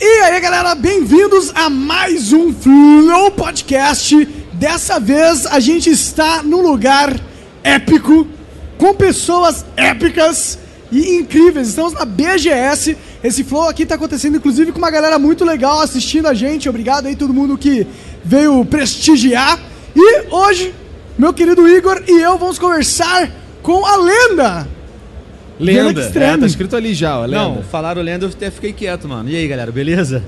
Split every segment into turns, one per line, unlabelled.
aí, galera, bem-vindos a mais um Flow Podcast. Dessa vez a gente está num lugar épico, com pessoas épicas e incríveis. Estamos na BGS. Esse Flow aqui está acontecendo, inclusive, com uma galera muito legal assistindo a gente. Obrigado aí todo mundo que veio prestigiar. E hoje, meu querido Igor e eu vamos conversar com a lenda. Lenda
Lenda.
Extreme.
É, tá escrito ali já, ó. Lenda.
Não, falaram lenda, eu até fiquei quieto, mano. E aí, galera, beleza?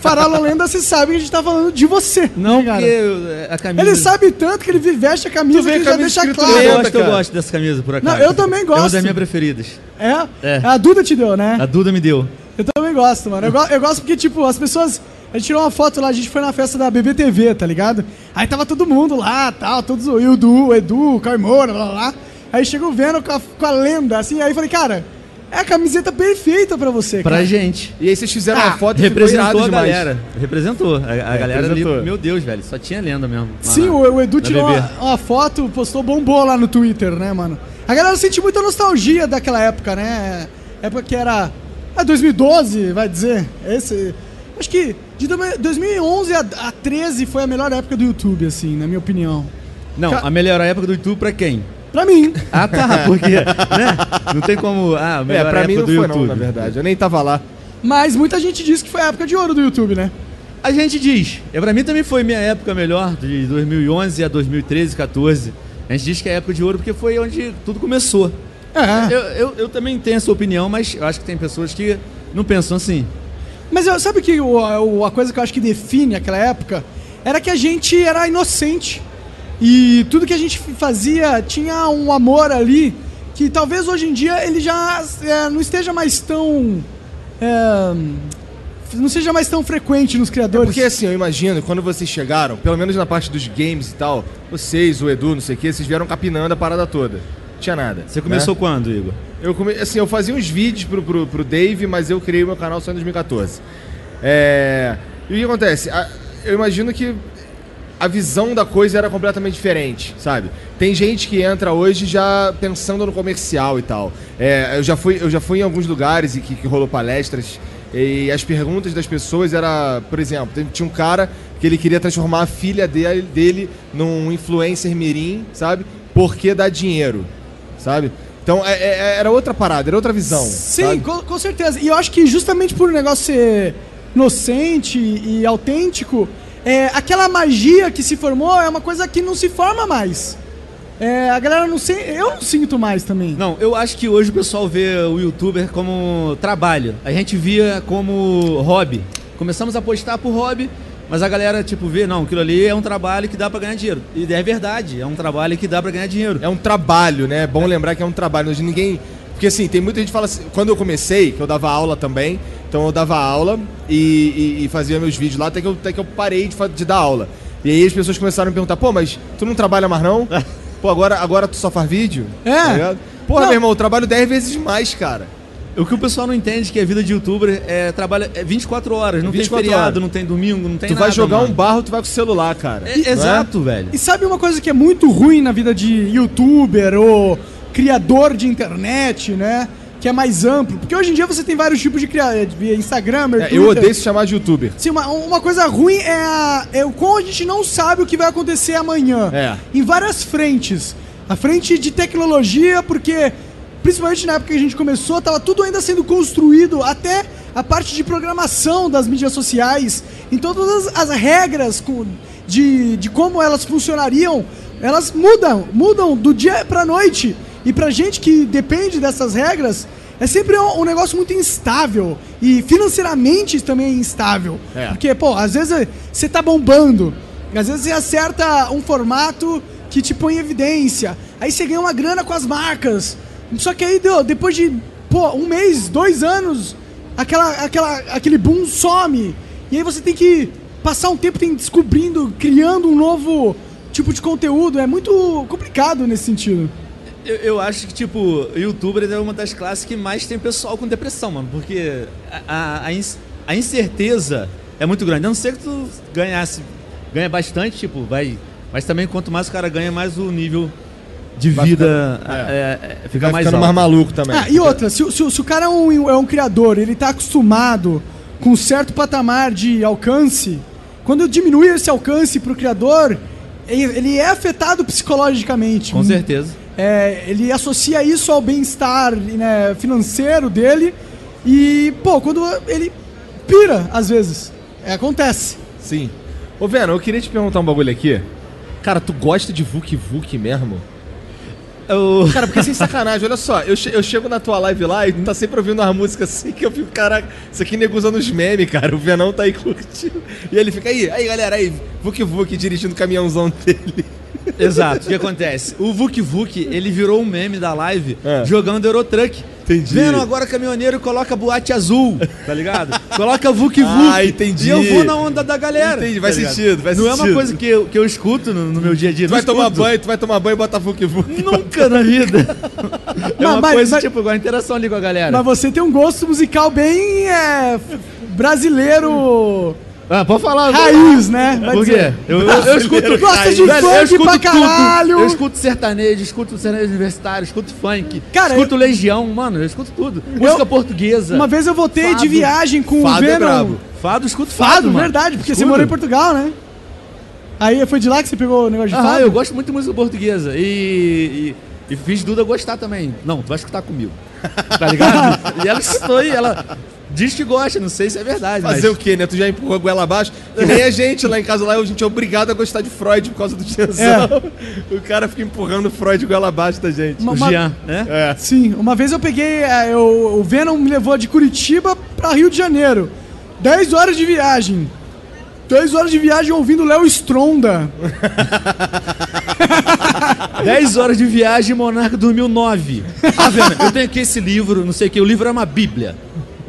Farol Lenda, você sabe que a gente tá falando de você.
Não,
cara.
porque eu- é, a camisa...
Ele sabe tanto que ele veste a camisa
Tu
que
vê
ele
a
já
É, camisa
deixa
escrito
claro.
Eu
Lenda,
gosto, eu
cara.
gosto dessa camisa, por acaso.
Não, eu também
É uma
gosto.
das minhas preferidas.
É?
É.
A Duda te deu, né?
A Duda me deu.
Eu também gosto, mano. Eu, go- eu gosto porque, tipo, as pessoas. A gente tirou uma foto lá, a gente foi na festa da BBTV, tá ligado? Aí tava todo mundo lá, tal, todos. o- E o Du, o Edu, o Carmona, blá blá blá. Aí chegou o Venom com a, com a lenda, assim. Aí eu falei, cara, é a camiseta perfeita pra você,
Pra
cara.
gente.
E aí vocês fizeram uma foto e ficou irado
Ah, Representou a
demais.
galera. Representou. A, a galera
representou.
ali, meu Deus, velho, só tinha lenda mesmo. lá
Sim,
na-
o, o Edu
na
tirou
BB.
uma, uma foto, postou bombou lá no Twitter, né, mano? A galera sente muita nostalgia daquela época, né? Época que era. É 2012, vai dizer. Esse, acho que de dois- 2011 a, a 13 foi a melhor época do YouTube, assim, na minha opinião.
Não, a melhor época do YouTube pra quem?
Pra mim.
Ah, tá, porque, né? Não tem como... Ah, a
É,
melhor
pra
época
mim não
do
foi
YouTube.
não, na verdade. Eu nem tava lá.
Mas muita gente diz que foi a época de ouro do YouTube, né?
A gente diz. E pra mim também foi minha época melhor, de 2011 a 2013, 14. A gente diz que é a época de ouro porque foi onde tudo começou.
É.
Eu, eu, eu também tenho essa opinião, mas eu acho que tem pessoas que não pensam assim.
Mas eu, sabe que o, o- a coisa que eu acho que define aquela época era que a gente era inocente. E tudo que a gente fazia tinha um amor ali que talvez hoje em dia ele já é, não esteja mais tão. é, não seja mais tão frequente nos criadores.
Porque assim, eu imagino, quando vocês chegaram, pelo menos na parte dos games e tal, vocês, o Edu, não sei o que, vocês vieram capinando a parada toda. Tinha nada.
Você começou quando, Igor?
Eu come... assim, eu fazia uns vídeos pro, pro, pro Dave, mas eu criei meu canal só em 2014. É... E o que acontece? A- Eu imagino que a visão da coisa era completamente diferente, sabe? Tem gente que entra hoje já pensando no comercial e tal. É, eu, já fui, eu já fui em alguns lugares e que, que rolou palestras e as perguntas das pessoas era, por exemplo, tem- tinha um cara que ele queria transformar a filha dele, dele num influencer mirim, sabe? Porque dá dinheiro, sabe? Então é- é- era outra parada, era outra visão.
Sim,
Então, sabe?
com, com certeza. E eu acho que justamente por o negócio ser inocente e autêntico, é, aquela magia que se formou é uma coisa que não se forma mais. É, a galera não sei, eu não sinto mais também.
Não, eu acho que hoje o pessoal vê o youtuber como trabalho. A gente via como hobby. Começamos a postar por hobby, mas a galera, tipo, vê, não, aquilo ali é um trabalho que dá pra ganhar dinheiro. E é verdade, é um trabalho que dá pra ganhar dinheiro.
É um trabalho, né? É bom lembrar que é um trabalho. Hoje ninguém. Porque assim, tem muita gente que fala assim. Quando eu comecei, que eu dava aula também, então eu dava aula e, e- e fazia meus vídeos lá, até que eu, até que eu parei de, fa- de dar aula. E aí as pessoas começaram a me perguntar, pô, mas tu não trabalha mais não? Pô, agora, agora tu só faz vídeo? Tá
É.
ligado? Porra,
Não.
meu irmão, eu trabalho 10 vezes mais, cara.
O que o pessoal não entende é que a vida de youtuber é trabalha é 24 horas, não
24
tem feriado,
horas.
não tem domingo, não tem
tu
nada.
vai jogar
mano.
um barro, tu vai com o celular, cara.
É-
Não é?
exato, velho.
E sabe uma coisa que é muito ruim na vida de youtuber ou criador de internet, né? Que é mais amplo. Porque hoje em dia você tem vários tipos de criador. Instagram,
É, eu odeio se chamar de youtuber.
Sim, uma, uma coisa ruim é, a, é o quão a gente não sabe o que vai acontecer amanhã.
É.
Em várias frentes. A frente de tecnologia, porque principalmente na época que a gente começou, tava tudo ainda sendo construído, até a parte de programação das mídias sociais. Então todas as regras com- de, de como elas funcionariam, elas mudam, mudam do dia pra noite. E pra gente que depende dessas regras, é sempre um, um negócio muito instável. E financeiramente também é instável.
É.
Porque, pô, às vezes você tá bombando. Às vezes você acerta um formato que te põe em evidência. Aí você ganha uma grana com as marcas. Só que aí, deu, depois de, pô, um mês, dois anos, aquela, aquela, aquele boom some. E aí você tem que passar um tempo tem- descobrindo, criando um novo tipo de conteúdo. É muito complicado nesse sentido.
Eu, eu acho que, tipo, youtubers é uma das classes que mais tem pessoal com depressão, mano. Porque a- a, a inc- a incerteza é muito grande. A não ser que tu ganhasse, ganha bastante, tipo, vai. Mas também quanto mais o cara ganha, mais o nível de
Vai
vida
ficando-
é, é, fica
Vai
mais
ficando
alto.
mais maluco também.
Ah, e outra, se, o- se o- se o cara é um, é um criador, ele tá acostumado com um certo patamar de alcance, quando diminui esse alcance para o criador, ele, ele é afetado psicologicamente.
Com certeza.
É, ele associa isso ao bem-estar né, financeiro dele e, pô, quando ele pira, às vezes. É, acontece.
Sim. Ô, Vena, eu queria te perguntar um bagulho aqui. Cara, tu gosta de Vuk Vuk mesmo?
Eu-
Cara, porque sem sacanagem, olha só, eu, che- eu chego na tua live lá e tu tá sempre ouvindo umas músicas assim que eu fico, caraca, isso aqui nego usando os memes, cara. O Venão tá aí curtindo. E ele fica aí, aí galera, aí, Vuk Vuk dirigindo o caminhãozão dele.
Exato. O que acontece? O Vuk Vuk, ele virou um meme da live
É.
jogando Eurotruck.
Entendi.
Vendo agora caminhoneiro coloca boate azul, tá ligado? Coloca Vuk Vuk.
Ah, entendi.
E eu vou na onda da galera.
Entendi, faz
tá ligado?
sentido, faz
Não é
sentido.
uma coisa que eu, que eu escuto no, no meu dia a dia.
Tu
não
vai tomar
escuto.
banho, tu vai tomar banho e bota Vuk Vuk.
Nunca na vida. é uma
Mas- mas-
coisa,
mas-
tipo, igual a interação ali com a galera.
Mas você tem um gosto musical bem é, brasileiro
Ah, pode falar.
raiz, né? Vai
Por quê?
dizer.
Eu, eu- eu escuto.
Tu gosta de
Velho, eu
funk
escuto
pra
tudo.
caralho!
Eu escuto sertanejo, escuto sertanejo universitário, escuto funk,
Cara,
escuto legião, mano, eu escuto tudo. Música portuguesa.
Uma vez eu voltei de
Fado.
viagem com o
Fado é
Venom.
brabo.
Fado, escuto fado,
Fado,
mano.
verdade, porque você
Escuto.
morou em Portugal, né? Aí foi de lá que você pegou o negócio de
Aham,
fado?
eu gosto muito de música portuguesa. E, e, e fiz Duda gostar também. Não, tu vai escutar comigo. Tá ligado? e ela escutou e ela diz que gosta, não sei se é verdade.
Fazer
mas...
o quê, né? Tu já empurrou a goela abaixo. Que nem a gente lá em casa, lá, a gente é obrigado a gostar de Freud por causa do Genzão.
É.
O cara fica empurrando Freud goela abaixo da gente.
Uma-
O Jean, né?
É.
Sim, uma vez eu peguei. é, eu- o Venom me levou de Curitiba pra Rio de Janeiro. 10 horas de viagem. 10 horas de viagem ouvindo Léo Stronda.
10 horas de viagem, Monarca dormiu 9. Tá vendo? Eu tenho aqui esse livro, não sei o que. O livro é uma bíblia.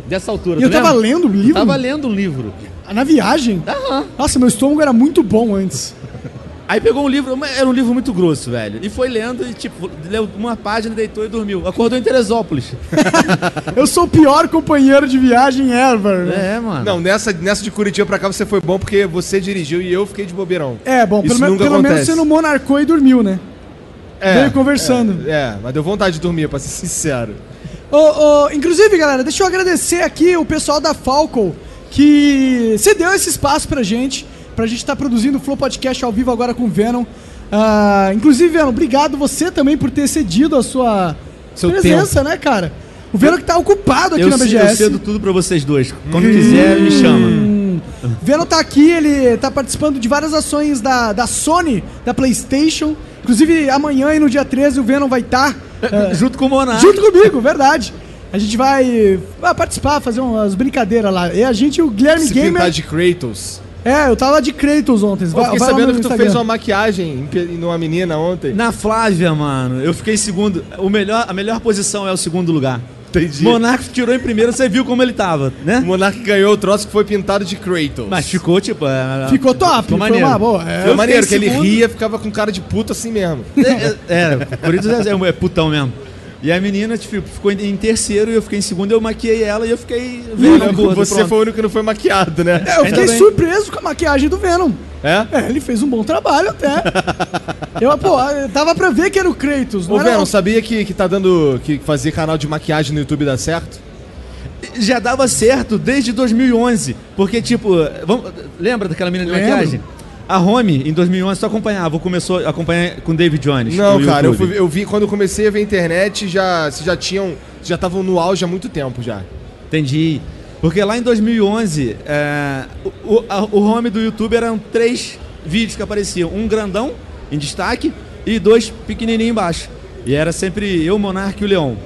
Dessa altura,
E
tu
eu tava
lembra?
lendo o livro?
Tava Tá. lendo um livro.
Na viagem?
Aham.
Nossa, meu estômago era muito bom antes.
Aí pegou um livro, mas era um livro muito grosso, velho. E foi lendo e, tipo, leu uma página, deitou e dormiu. Acordou em Teresópolis.
Eu sou o pior companheiro de viagem ever. né?
É, mano.
Não, nessa, nessa de Curitiba pra cá você foi bom porque você dirigiu e eu fiquei de bobeirão.
É, bom, pelo,
Isso
me-
nunca
pelo menos
acontece.
você não monarcou e dormiu, né? Veio conversando.
É, mas deu vontade de dormir, pra ser sincero.
Ô, ô, inclusive, galera, deixa eu agradecer aqui o pessoal da Falco que cedeu esse espaço pra gente, pra gente estar produzindo o Flow Podcast ao vivo agora com o Venom. Ah, inclusive, Venom, obrigado você também por ter cedido a sua
Seu
presença, né, cara? O Venom que tá ocupado aqui
eu,
na
ce-
BGS.
eu cedo tudo pra vocês dois. Quando
Hum.
quiser, me chama.
Venom tá aqui, ele tá participando de várias ações da, da Sony, da PlayStation. Inclusive, amanhã e no dia 13 o Venom vai tá, estar.
É, Junto com o Monarca.
Junto comigo, verdade. A gente vai ah, participar, fazer umas brincadeiras lá. E a gente, o Guilherme
Se
Gamer.
pintar de Kratos.
É, eu tava de Kratos ontem.
Eu
Vai,
fiquei
vai lá
sabendo
no
que tu
Instagram.
fez uma maquiagem em pe- numa menina ontem.
Na Flávia, mano, eu fiquei em segundo. O melhor, a melhor posição é o segundo lugar.
Entendi.
Monarca tirou em primeiro, você viu como ele tava, né?
O Monark ganhou o troço que foi pintado de Kratos.
Mas ficou, tipo... é-
Ficou top, foi
maneiro.
uma boa. É.
Foi
Eu
maneiro, que
fiquei em
ele
segundo.
ria, ficava com cara de puto assim mesmo.
É, é, é, por isso é, é putão mesmo. E a menina tipo, ficou em- em terceiro e eu fiquei em segundo. Eu maquiei ela e eu fiquei vendo a gorda,
Você
pronto.
foi o único que não foi maquiado, né?
É, eu
Ainda
fiquei
bem.
surpreso com a maquiagem do Venom.
É?
É, ele fez um bom trabalho até. eu, pô, eu tava pra ver que era o Kratos, não
Ô,
era-
Venom, sabia que, que tá dando. que fazer canal de maquiagem no YouTube dá certo?
Já dava certo desde 2011. Porque, tipo, vamos- lembra daquela menina de
Lembro.
maquiagem? A Home, em 2011, só acompanhava. Começou a acompanhar com David Jones.
Não,
no
cara, eu,
YouTube.
fui- eu vi quando eu comecei a ver a internet, já, se já tinham. já estavam no auge há muito tempo já.
Entendi. Porque lá em 2011, é, o, o, a- o home do YouTube eram três vídeos que apareciam. Um grandão, em destaque, e dois pequenininhos embaixo. E era sempre eu, Monark e o Leão.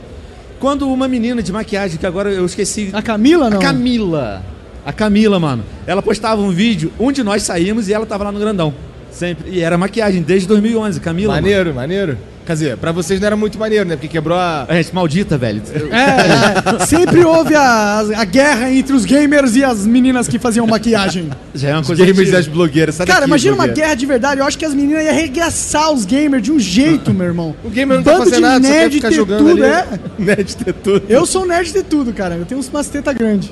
Quando uma menina de maquiagem, que agora eu esqueci...
A Camila, não?
A Camila. A Camila, mano. Ela postava um vídeo, um de nós saímos e ela tava lá no grandão. Sempre. E era maquiagem, desde 2011, Camila. mano.
Maneiro, maneiro. Quer dizer, pra vocês não era muito maneiro, né? Porque quebrou a.
A gente maldita, velho.
É, é, sempre houve a, a guerra entre os gamers e as meninas que faziam maquiagem.
Já é uma coisa
Gamers
antiga.
das blogueiras. Sai
Cara,
daqui,
imagina uma
blogueira.
guerra de verdade. Eu acho que as meninas iam arregaçar os gamers de um jeito, meu irmão.
O gamer não tá
Bando
fazendo
de
nada, só quer
nerd
ficar
ter
jogando
tudo, é?
ali. Nerd ter tudo.
Eu sou um nerd de tudo, cara. Eu tenho umas tetas grandes.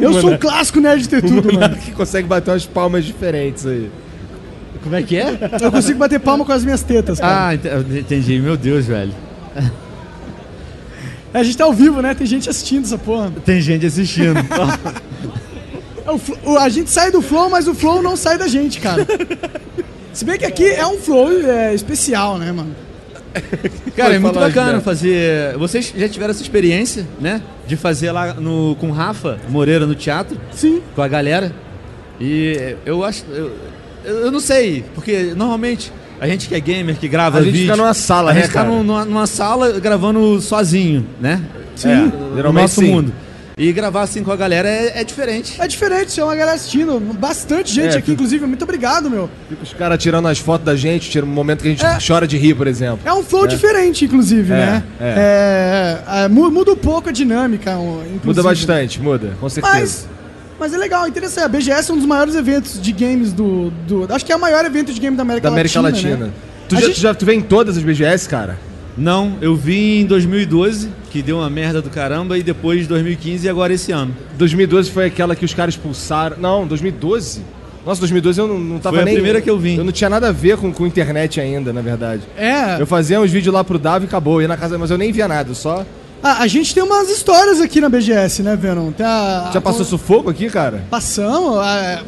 Eu
Mano,
sou um clássico nerd de tudo,
Tudo,
mano.
que consegue bater umas palmas diferentes aí.
Como é que é?
Eu consigo bater palma com as minhas tetas, cara.
Ah, ent- entendi. Meu Deus, velho.
É, A gente tá ao vivo, né? Tem gente assistindo essa porra.
Tem gente assistindo.
É o fl- o- a gente sai do flow, mas o flow não sai da gente, cara. Se bem que aqui é um flow é, especial, né, mano?
Cara, é muito
falar,
bacana
Gilberto.
fazer. Vocês já tiveram essa experiência, né? De fazer lá no, com o Rafa Moreira no teatro,
Sim.
com a galera. E eu acho. Eu, eu não sei, porque normalmente a gente que é gamer, que grava
A gente
vídeo.
fica numa sala,
a
né,
gente
tá
fica
cara?
num- numa, numa sala gravando sozinho, né?
Sim.
no
geralmente
nosso
sim.
mundo. E gravar assim com a galera é, é diferente.
É diferente, tem uma galera assistindo, bastante gente
É,
aqui,
tu-
inclusive, muito obrigado, meu.
Fica os caras tirando as fotos da gente, tira um momento que a gente
É.
chora de rir, por exemplo.
É um flow diferente, inclusive,
É,
né?
é.
É, é, mu- muda um pouco a dinâmica, um, inclusive.
Muda bastante, muda, com certeza.
Mas, mas é legal, interessante. A BGS é um dos maiores eventos de games do. do acho que é o maior evento de game da América
da América Latina.
né?
Tu,
A
já,
gente-
tu já tu vem em todas as BGS, cara?
Não, eu vim em 2012, que deu uma merda do caramba, e depois 2015 e agora esse ano.
2012 foi aquela que os caras expulsaram. Não, 2012? Nossa, 2012 eu não, não tava
Foi a
nem.
primeira que eu vim.
Eu não tinha nada a ver com, com internet ainda, na verdade.
É.
Eu fazia uns vídeos lá pro Davi e acabou. Eu ia na casa, mas eu nem via nada, eu só.
A, a gente tem umas histórias aqui na BGS, né, Venom? Tem
Ah,
a-
Já
a-
passou
então-
sufoco aqui, cara?
Passamos. a-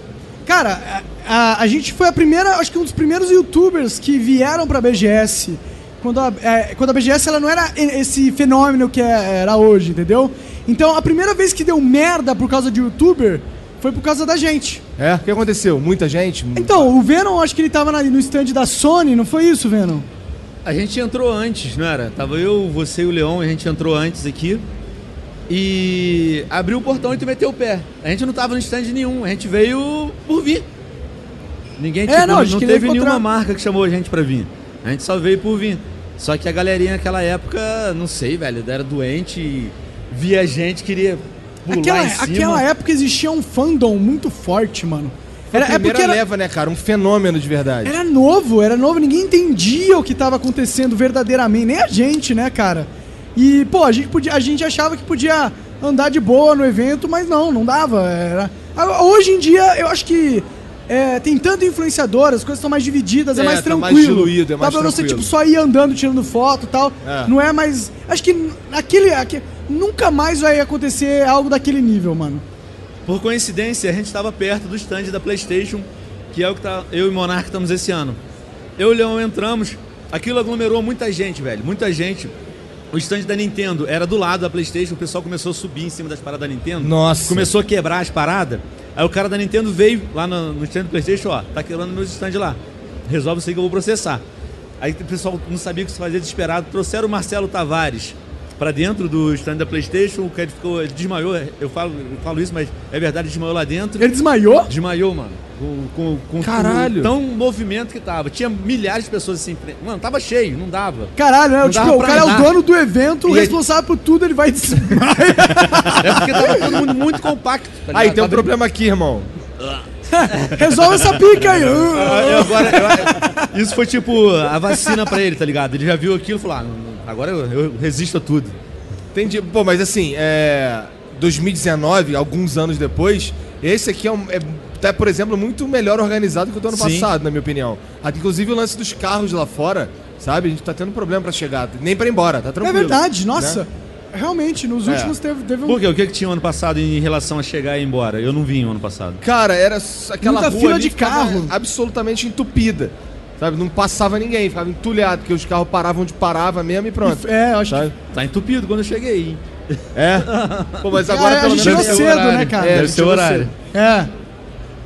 cara, a, a- a gente foi a primeira, acho que um dos primeiros youtubers que vieram pra BGS. Quando a, é, quando a BGS ela não era e- esse fenômeno que é- era hoje, entendeu? Então a primeira vez que deu merda por causa de youtuber foi por causa da gente.
É? O que aconteceu? Muita gente?
É
Então, o Venom, acho que ele tava na- no stand da Sony, não foi isso, Venom?
A gente entrou antes, não era? Tava eu, você e o Leon, a gente entrou antes aqui. E abriu o portão e tu meteu o pé. A gente não tava no stand nenhum, a gente veio por vir. Ninguém tipo,
É, não, a gente queria
teve nenhuma
encontrar-
marca que chamou a gente pra vir. A gente só veio por vir. Só que a galerinha naquela época, não sei, velho, era doente e via a gente, queria pular
Aquela,
em cima.
aquela época existia um fandom muito forte, mano.
Foi a
Era, é
primeira
porque era,
leva, né, cara? Um fenômeno de verdade.
Era novo, era novo, ninguém entendia o que tava acontecendo verdadeiramente, nem a gente, né, cara? E, pô, a gente, podia, a gente achava que podia andar de boa no evento, mas não, não dava. era- Agora, Hoje em dia, eu acho que é, tem tanto influenciador, as coisas estão mais divididas, é,
É,
mais
tá
tranquilo.
mais diluído, é mais
Dá pra você,
tranquilo.
tipo, só ir andando, tirando foto e tal.
É.
Não é mais... Acho que aquele, aque- Nunca mais vai acontecer algo daquele nível, mano.
Por coincidência, a gente estava perto do stand da PlayStation, que é o que tá, eu e Monark estamos esse ano. Eu e o Leão entramos, aquilo aglomerou muita gente, velho, muita gente. O stand da Nintendo era do lado da PlayStation, o pessoal começou a subir em cima das paradas da Nintendo.
Nossa.
Começou a quebrar as paradas. Aí o cara da Nintendo veio lá no, no stand do PlayStation, ó, tá quebrando meus stand lá. Resolve isso aí que eu vou processar. Aí o pessoal não sabia o que se fazer desesperado. Trouxeram o Marcelo Tavares pra dentro do stand da PlayStation. O cara ficou, ele desmaiou. Eu falo, eu falo isso, mas é verdade, ele desmaiou lá dentro.
Ele desmaiou?
Desmaiou, mano. Com, com, com
Caralho.
com tão movimento que tava. Tinha milhares de pessoas assim. Mano, tava cheio, não dava.
Caralho, né?
Não
Tipo,
dava
o
pra
cara é o
andar.
dono do evento, o
E aí-
responsável por tudo, ele vai des-
É porque tava todo mundo muito compacto. tá
Aí,
ligado?
tem um
Tava-
problema aqui, irmão.
Resolve essa pica aí. Uh, é
Eu agora, eu- isso foi tipo a vacina pra ele, tá ligado? Ele já viu aquilo e falou: ah, não- agora eu, eu resisto a tudo.
Entendi. Pô, mas assim, é. 2019, alguns anos depois, esse aqui é, um, é tá, por exemplo, muito melhor organizado que o do ano
Sim.
passado, na minha opinião. Ah, Inclusive o lance dos carros lá fora, sabe? A gente tá tendo problema pra chegar, nem pra ir embora, tá
É
tranquilo.
verdade,
né?
nossa. Realmente, nos
É.
últimos teve, teve um.
Por quê? O que, que tinha ano passado em relação a chegar e ir embora? Eu não vim ano passado.
Cara, era s- aquela
Muita
rua
fila
ali
de
ficava
carro.
absolutamente entupida. Sabe, não passava ninguém, ficava entulhado, porque os carros paravam onde parava mesmo e pronto.
É, eu acho
Sabe?
Tá entupido quando eu cheguei. hein?
É. Pô, mas
Cara,
agora
a
pelo
gente
menos
chegou
tem
cedo,
horário.
né, cara?
É,
Deve
a gente
ser o
chegou
horário.
cedo.
que. É.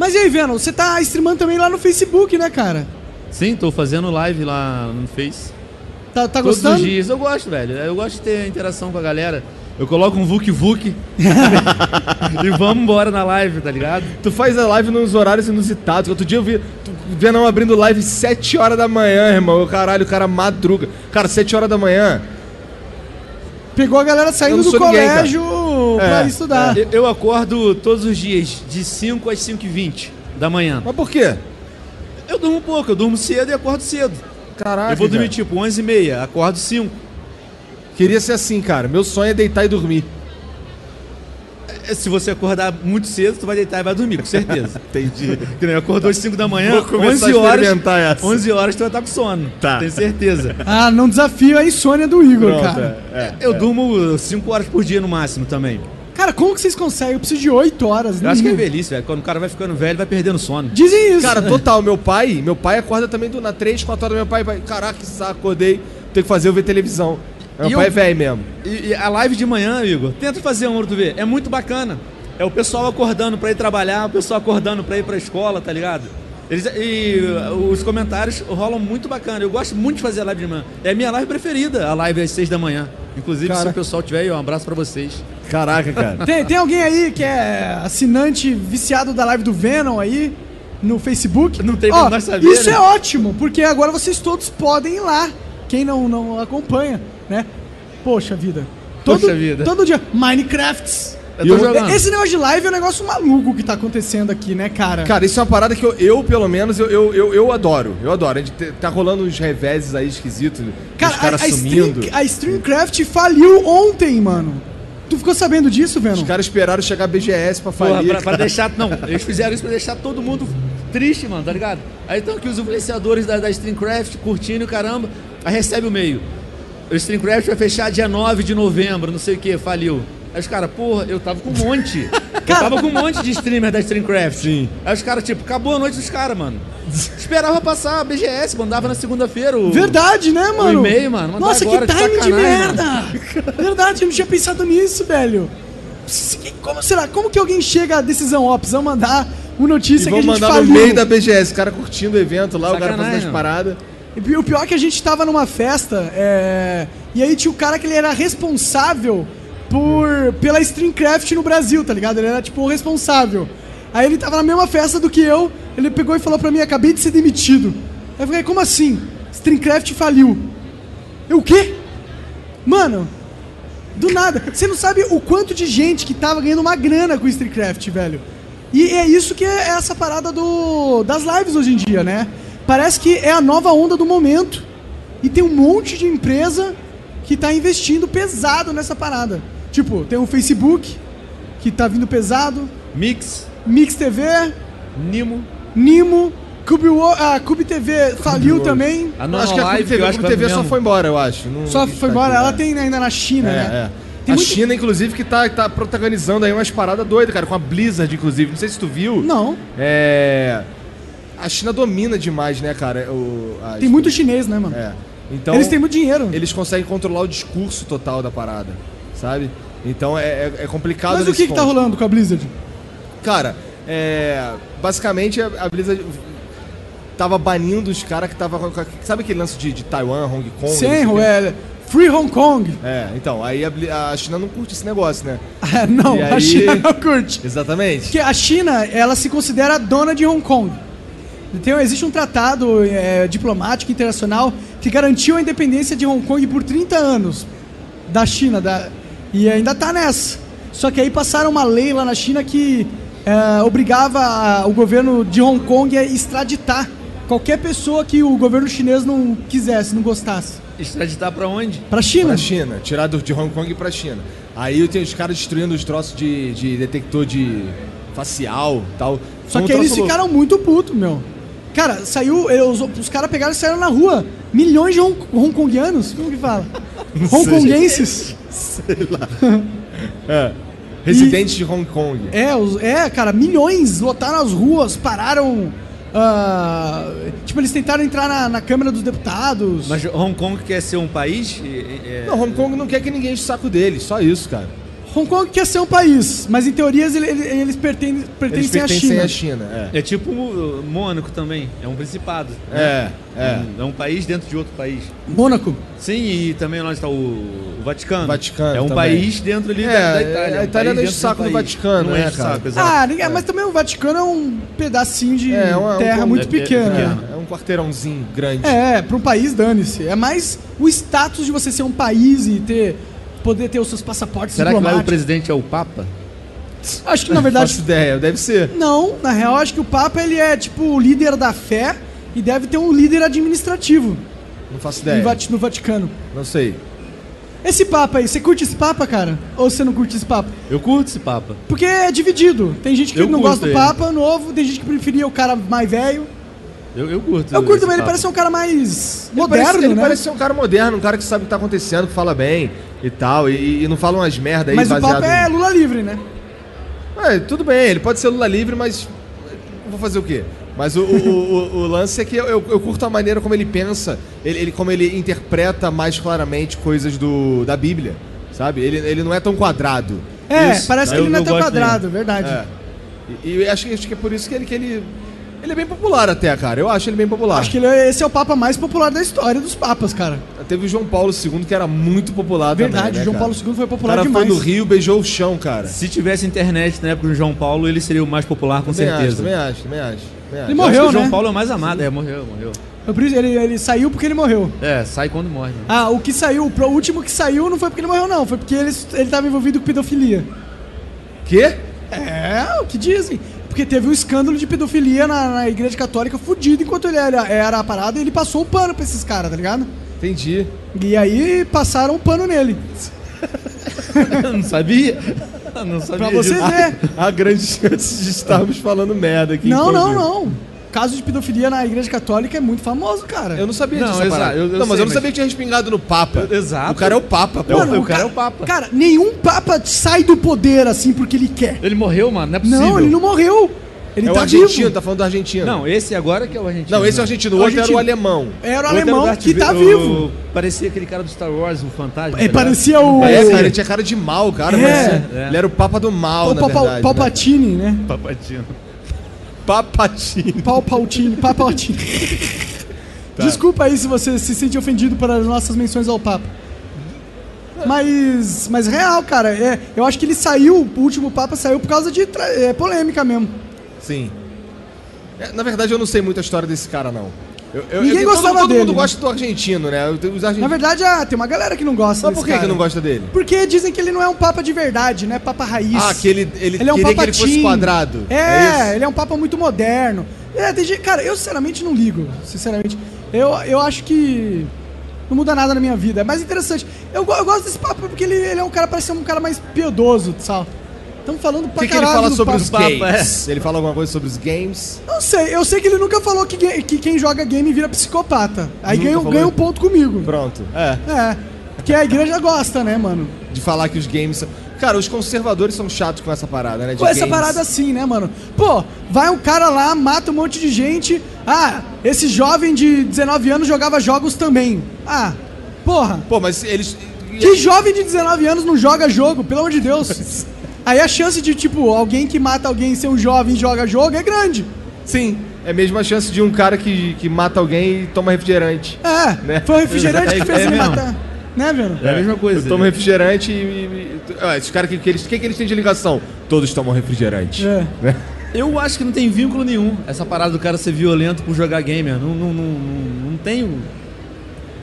Mas e aí, Venom, você tá streamando também lá no Facebook, né, cara?
Sim, tô fazendo live lá no Face.
Tá, tá
Todos
gostando?
os dias. Eu gosto, velho. Eu gosto de ter interação com a galera. Eu coloco um Vuk Vuk e vamos embora na live, tá ligado?
Tu faz a live nos horários inusitados. Outro dia eu vi tu, o Venão abrindo live 7 horas da manhã, irmão. Eu, Caralho, o cara madruga. Cara, 7 horas da manhã.
Pegou a galera saindo
Eu
do
não sou ninguém, cara.
colégio pra
É,
estudar.
Eu- Eu acordo todos os dias, de 5 às 5h20 da manhã.
Mas por quê?
Eu durmo pouco, eu durmo cedo e acordo cedo.
Caralho.
Eu vou dormir
cara.
tipo 11h30, acordo 5.
Queria ser assim, cara. Meu sonho é deitar e dormir.
É, Se você acordar muito cedo, tu vai deitar e vai dormir, com certeza. Entendi. Que nem eu acordou às 5 da manhã,
Vou começar
11
a
horas,
experimentar essa.
11 horas tu vai estar com sono.
Tá.
Tenho certeza.
Ah, não desafio a insônia do Igor,
Pronto,
cara.
é, é.
Eu durmo 5 horas por dia no máximo também.
Cara, como que vocês conseguem? Eu preciso de 8 horas.
Eu acho que é
Uhum.
mínimo.
velhice, velho. Quando o cara vai ficando velho, vai perdendo sono.
Dizem isso.
Cara, total, meu pai, meu pai acorda também do, na 3, 4 horas, meu pai, vai, caraca, que saco, acordei, tenho que fazer, eu ver televisão. Meu
E
pai
eu-
é velho mesmo.
E, e a live de manhã, Igor, tenta fazer uma pra tu ver. É muito bacana. É o pessoal acordando pra ir trabalhar, o pessoal acordando pra ir pra escola, tá ligado? Eles, e uh, os comentários rolam muito bacana. Eu gosto muito de fazer a live de manhã. É a minha live preferida, a live às seis da manhã. Inclusive, se
Cara.
o pessoal tiver aí, ó, um abraço pra vocês.
Caraca, cara.
Tem, tem alguém aí que é assinante viciado da live do Venom aí no Facebook?
Não tem
Ó,
como nós saber,
Isso
né?
é ótimo, porque agora vocês todos podem ir lá. Quem não, não acompanha, né? Poxa vida. Todo,
Poxa vida.
Todo dia. Minecrafts.
Eu tô
E o-
jogando.
Esse negócio de live é um negócio maluco que tá acontecendo aqui, né, cara?
Cara, isso é uma parada que eu, eu, pelo menos, eu, eu, eu, eu adoro. Eu adoro. A gente te- tá rolando uns reveses aí esquisitos,
Cara,
os caras
a, a,
sumindo.
Stream, a Streamcraft faliu ontem, mano. Tu ficou sabendo disso, Venom?
Os caras esperaram chegar a BGS pra
Porra,
falir.
pra, pra
cara.
deixar. Não, eles fizeram isso pra deixar todo mundo triste, mano, tá ligado? Aí estão aqui os influenciadores da, da Streamcraft curtindo, caramba. Aí recebe o meio. O Streamcraft vai fechar dia 9 de novembro, não sei o que, faliu. Aí os caras, porra, eu tava com um monte. eu tava com um monte de streamer da Streamcraft. Sim. Aí os caras, tipo, acabou a noite dos caras, mano. Esperava passar a BGS, mandava na segunda-feira o.
Verdade, né, mano?
e-mail, mano, mandar
Nossa,
agora,
que
de
timing de,
sacanagem,
merda! Verdade, eu não tinha pensado nisso, velho. Se- Como será? Como que alguém chega à decisão? Ó, precisamos mandar uma
E
notícia que a
vão
gente
mandar
faliu.
no meio da BGS, o cara curtindo o evento lá, o cara
Sacanagem,
fazendo as
mano.
paradas.
E o pior é que a gente tava numa festa, é, e aí tinha o cara que ele era responsável por pela Streamcraft no Brasil, tá ligado? Ele era tipo o responsável. Aí ele tava na mesma festa do que eu, ele pegou e falou pra mim, acabei de ser demitido. Aí eu falei, como assim? Streamcraft faliu. Eu o quê? Mano, do nada. Você não sabe o quanto de gente que tava ganhando uma grana com o Streetcraft, velho. E é isso que é essa parada do, das lives hoje em dia, né? Parece que é a nova onda do momento. E tem um monte de empresa que tá investindo pesado nessa parada. Tipo, tem o Facebook, que tá vindo pesado,
Mix,
Mix TV,
Nimo,
Nimo, Cube, Wo- ah, Cube TV faliu
World.
também.
a
Eu
nova
acho que a Clube
live,
TV,
eu
a
acho que
Clube TV
vai
só
mesmo.
foi embora, eu acho. Não-
é Só
não
foi
tá
embora.
aqui,
Ela
né?
tem ainda na China, né?
É, é.
Tem
A
muito-
China, inclusive, que tá, tá protagonizando aí umas paradas doidas, cara, com a Blizzard, inclusive. Não sei se tu viu.
Não.
É. A China domina demais, né, cara? O, a-
Tem muito chinês, né, mano?
É. Então,
eles têm muito dinheiro.
eles conseguem controlar o discurso total da parada, sabe? Então é, é- é complicado.
Mas o
nesse
que, que tá
ponto.
rolando com a Blizzard?
Cara, é. Basicamente a a Blizzard tava banindo os caras que tava. com- com- Sabe aquele lance de, de Taiwan, Hong Kong?
Senro,
não sei o quê?
é Free Hong Kong.
É, então, aí a, Bli- a China não curte esse negócio, né?
Ah, não,
E
a
aí-
China não curte.
Exatamente.
Porque a China, ela se considera dona de Hong Kong. Então, existe um tratado é, diplomático internacional que garantiu a independência de Hong Kong por 30 anos da China. da- E ainda tá nessa. Só que aí passaram uma lei lá na China que é, obrigava a- o governo de Hong Kong a extraditar qualquer pessoa que o governo chinês não quisesse, não gostasse.
Extraditar tá pra onde?
Pra China.
Pra China, tirar do- de Hong Kong pra China. Aí tem os caras destruindo os troços de, de detector de facial tal.
Só
Foi um
que eles
troço louco.
ficaram muito putos, meu. Cara, saiu. eh, Os, os caras pegaram e saíram na rua. Milhões de hong, hongkongianos? Como que fala? Hongkonguenses?
É. Residentes de Hong Kong.
É, os- é, cara, milhões lotaram as ruas, pararam. ah, tipo, eles tentaram entrar na, na Câmara dos Deputados.
Mas Hong Kong quer ser um país? É- é-
Não, Hong Kong não quer que ninguém enche o saco dele, só isso, cara.
Hong Kong quer ser um país, mas em teorias ele- ele- eles pertencem,
Eles
pertencem à
pertencem
China.
à China. é.
É tipo o Mônaco também, é um principado.
É, é.
Um- É um país dentro de outro país.
Mônaco.
Sim, e também lá está o, o Vaticano.
O Vaticano
É um
também.
país dentro ali da-
É,
da, Itália.
a
um
Itália
país
não enche
dentro
o saco
um
do
país.
Vaticano,
não
né,
enche o
cara?
saco,
Ah,
exato.
ninguém- mas também o Vaticano é um pedacinho de
É, um- é um-
terra
é-
muito
é- é
pequena.
pequeno.
É, é um quarteirãozinho grande.
É, para um país, dane-se. É mais o status de você ser um país e ter poder ter os seus passaportes
Será que lá o
diplomáticos.
presidente é o Papa?
Acho que na
Faço
verdade
ideia, deve ser.
não, na real acho que o Papa ele é tipo o líder da fé e deve ter um líder administrativo
Não
em
faço
É.
ideia.
Vati- no Vaticano.
Não sei.
Esse Papa aí, você curte esse Papa, cara? Ou você não curte esse Papa?
Eu curto esse Papa.
Porque é dividido. Tem gente que
Eu
não
curto
gosta do
ele.
Papa novo, tem gente que preferia o cara mais velho.
Eu, eu curto.
Eu curto,
esse É,
mas ele
papo.
parece ser um cara mais
Ele
moderno,
parece, ele
né?
parece ser um cara moderno, um cara que sabe o que tá acontecendo, que fala bem e tal, e, e não fala umas merda aí
Mas o
baseado
papo é Lula livre, né?
É, tudo bem, ele pode ser Lula livre, mas. Vou fazer o quê? Mas o, o- o- o lance é que eu, eu curto a maneira como ele pensa, ele, ele- como ele interpreta mais claramente coisas do, da Bíblia, sabe? Ele, ele não é tão quadrado.
É,
Isso.
parece que
Eu-
ele não é
eu
tão
gosto
quadrado, verdade.
É. E, e acho, que- acho que é por isso que ele, que ele. Ele é bem popular até, cara. Eu acho ele bem popular.
Acho que ele é- esse é o papa mais popular da história dos papas, cara.
Teve o João Paulo II, que era muito popular
Verdade,
também. né,
João
cara?
Paulo II foi
O
popular
cara foi
demais.
no Rio, beijou o chão, cara.
Se tivesse internet na época do João Paulo, ele seria o mais popular, com
Também acho,
certeza.
também acho, também acho. também acho.
Ele
Eu acho que
Morreu,
o João
né?
Paulo é o mais amado. É, morreu, morreu.
Eu preciso- ele, ele saiu porque ele morreu.
É, sai quando morre. né?
Ah, o que saiu, o pro- o último que saiu não foi porque ele morreu, não. Foi porque ele, ele tava envolvido com pedofilia.
Quê?
É, o que dizem. Porque teve um escândalo de pedofilia na, na igreja católica fudido enquanto ele era, era a parada e ele passou o pano pra esses caras, tá ligado?
Entendi.
E aí passaram o pano nele.
Eu não sabia. Eu não sabia
Pra você
disso.
ver.
Há grandes chances de estarmos falando merda aqui.
Não, não,
inclusive.
não. Caso de pedofilia na igreja católica é muito famoso, cara.
Eu não sabia
Não,
disso, essa
exato,
parada.
eu- eu
não, mas
sei,
eu não
mas-
sabia que tinha respingado no Papa.
Eu- exato.
O cara é o Papa, pô.
Mano, o cara
ca-
é o Papa.
Cara, nenhum papa sai do poder assim porque ele quer.
Ele morreu, mano? Não é possível.
Não, ele não morreu. Ele
é o
tá
argentino,
vivo.
tá falando do argentino.
Não, esse agora que é o argentino.
Não, esse é o
né?
argentino,
É
o
o
outro era o
argentino.
alemão.
Era o
Outro
alemão
lugar
que tá
o-
É
vivo. É
Parecia aquele cara do Star Wars, o fantasma.
Ele
tá ligado?
parecia o-
Não
É,
parecia.
cara, ele tinha cara de mal, cara.
É.
mas-
É.
Ele era o Papa do mal,
O
na
Papa-
verdade. né?
Palpatine, né?
Papatinho.
Papatine.
Palpatine, Papatine.
Tá.
Desculpa aí se você se sente ofendido pelas nossas menções ao Papa. Mas, mas real, cara. É, eu acho que ele saiu, o último Papa saiu por causa de tra- é, polêmica mesmo.
Sim. É, na verdade, eu não sei muito a história desse cara, não. Eu, eu,
Ninguém
eu- todo-
gostava
todo,
dele,
mundo
né?
gosta do argentino, né? Os
Na
argentinos...
verdade, ah, tem uma galera que não gosta desse
Mas por que,
cara.
que não gosta dele?
Porque dizem que ele não é um papa de verdade, né? Papa raiz.
Ah, que ele, ele,
Ele é um
queria
papa
que ele fosse
teen.
quadrado.
É,
isso?
ele é um papa muito moderno. É, tem gente- cara, eu sinceramente não ligo, sinceramente. Eu, eu acho que não muda nada na minha vida. É mais interessante. Eu, go- eu gosto desse papa porque ele, ele é um cara, parece ser um cara mais piedoso, sabe? Estamos falando
O
pra
que, que ele
caralho
fala
do
sobre
papa.
os
Papa,
games? Ele fala alguma coisa sobre os games?
Não sei, eu sei que ele nunca falou que, ga- que quem joga game vira psicopata. Aí
Nunca
ganha,
falou
ganha um
isso.
ponto comigo.
Pronto. É.
É, porque a igreja gosta, né, mano?
De falar que os games são. Cara, os conservadores são chatos com essa parada, né? de
Com essa
games.
parada assim, né, mano? Pô, vai um cara lá, mata um monte de gente. Ah, esse jovem de 19 anos jogava jogos também. Ah, porra.
Pô, mas eles. é-
Que jovem de 19 anos não joga jogo, pelo amor de Deus. Aí a chance de, tipo, alguém que mata alguém ser um jovem e joga jogo é grande.
Sim. É a mesma chance de um cara que, que mata alguém e toma refrigerante.
É,
Né?
foi o refrigerante que fez
É
ele
mesmo.
matar. Né, velho?
É a mesma coisa.
Toma
né?
refrigerante e. e- e- Ah, esses caras que, que eles. O que, que eles têm de ligação? Todos tomam refrigerante.
É.
Né?
Eu acho que não tem vínculo nenhum essa parada do cara ser violento por jogar gamer. Não, não, não, não, não tem. um-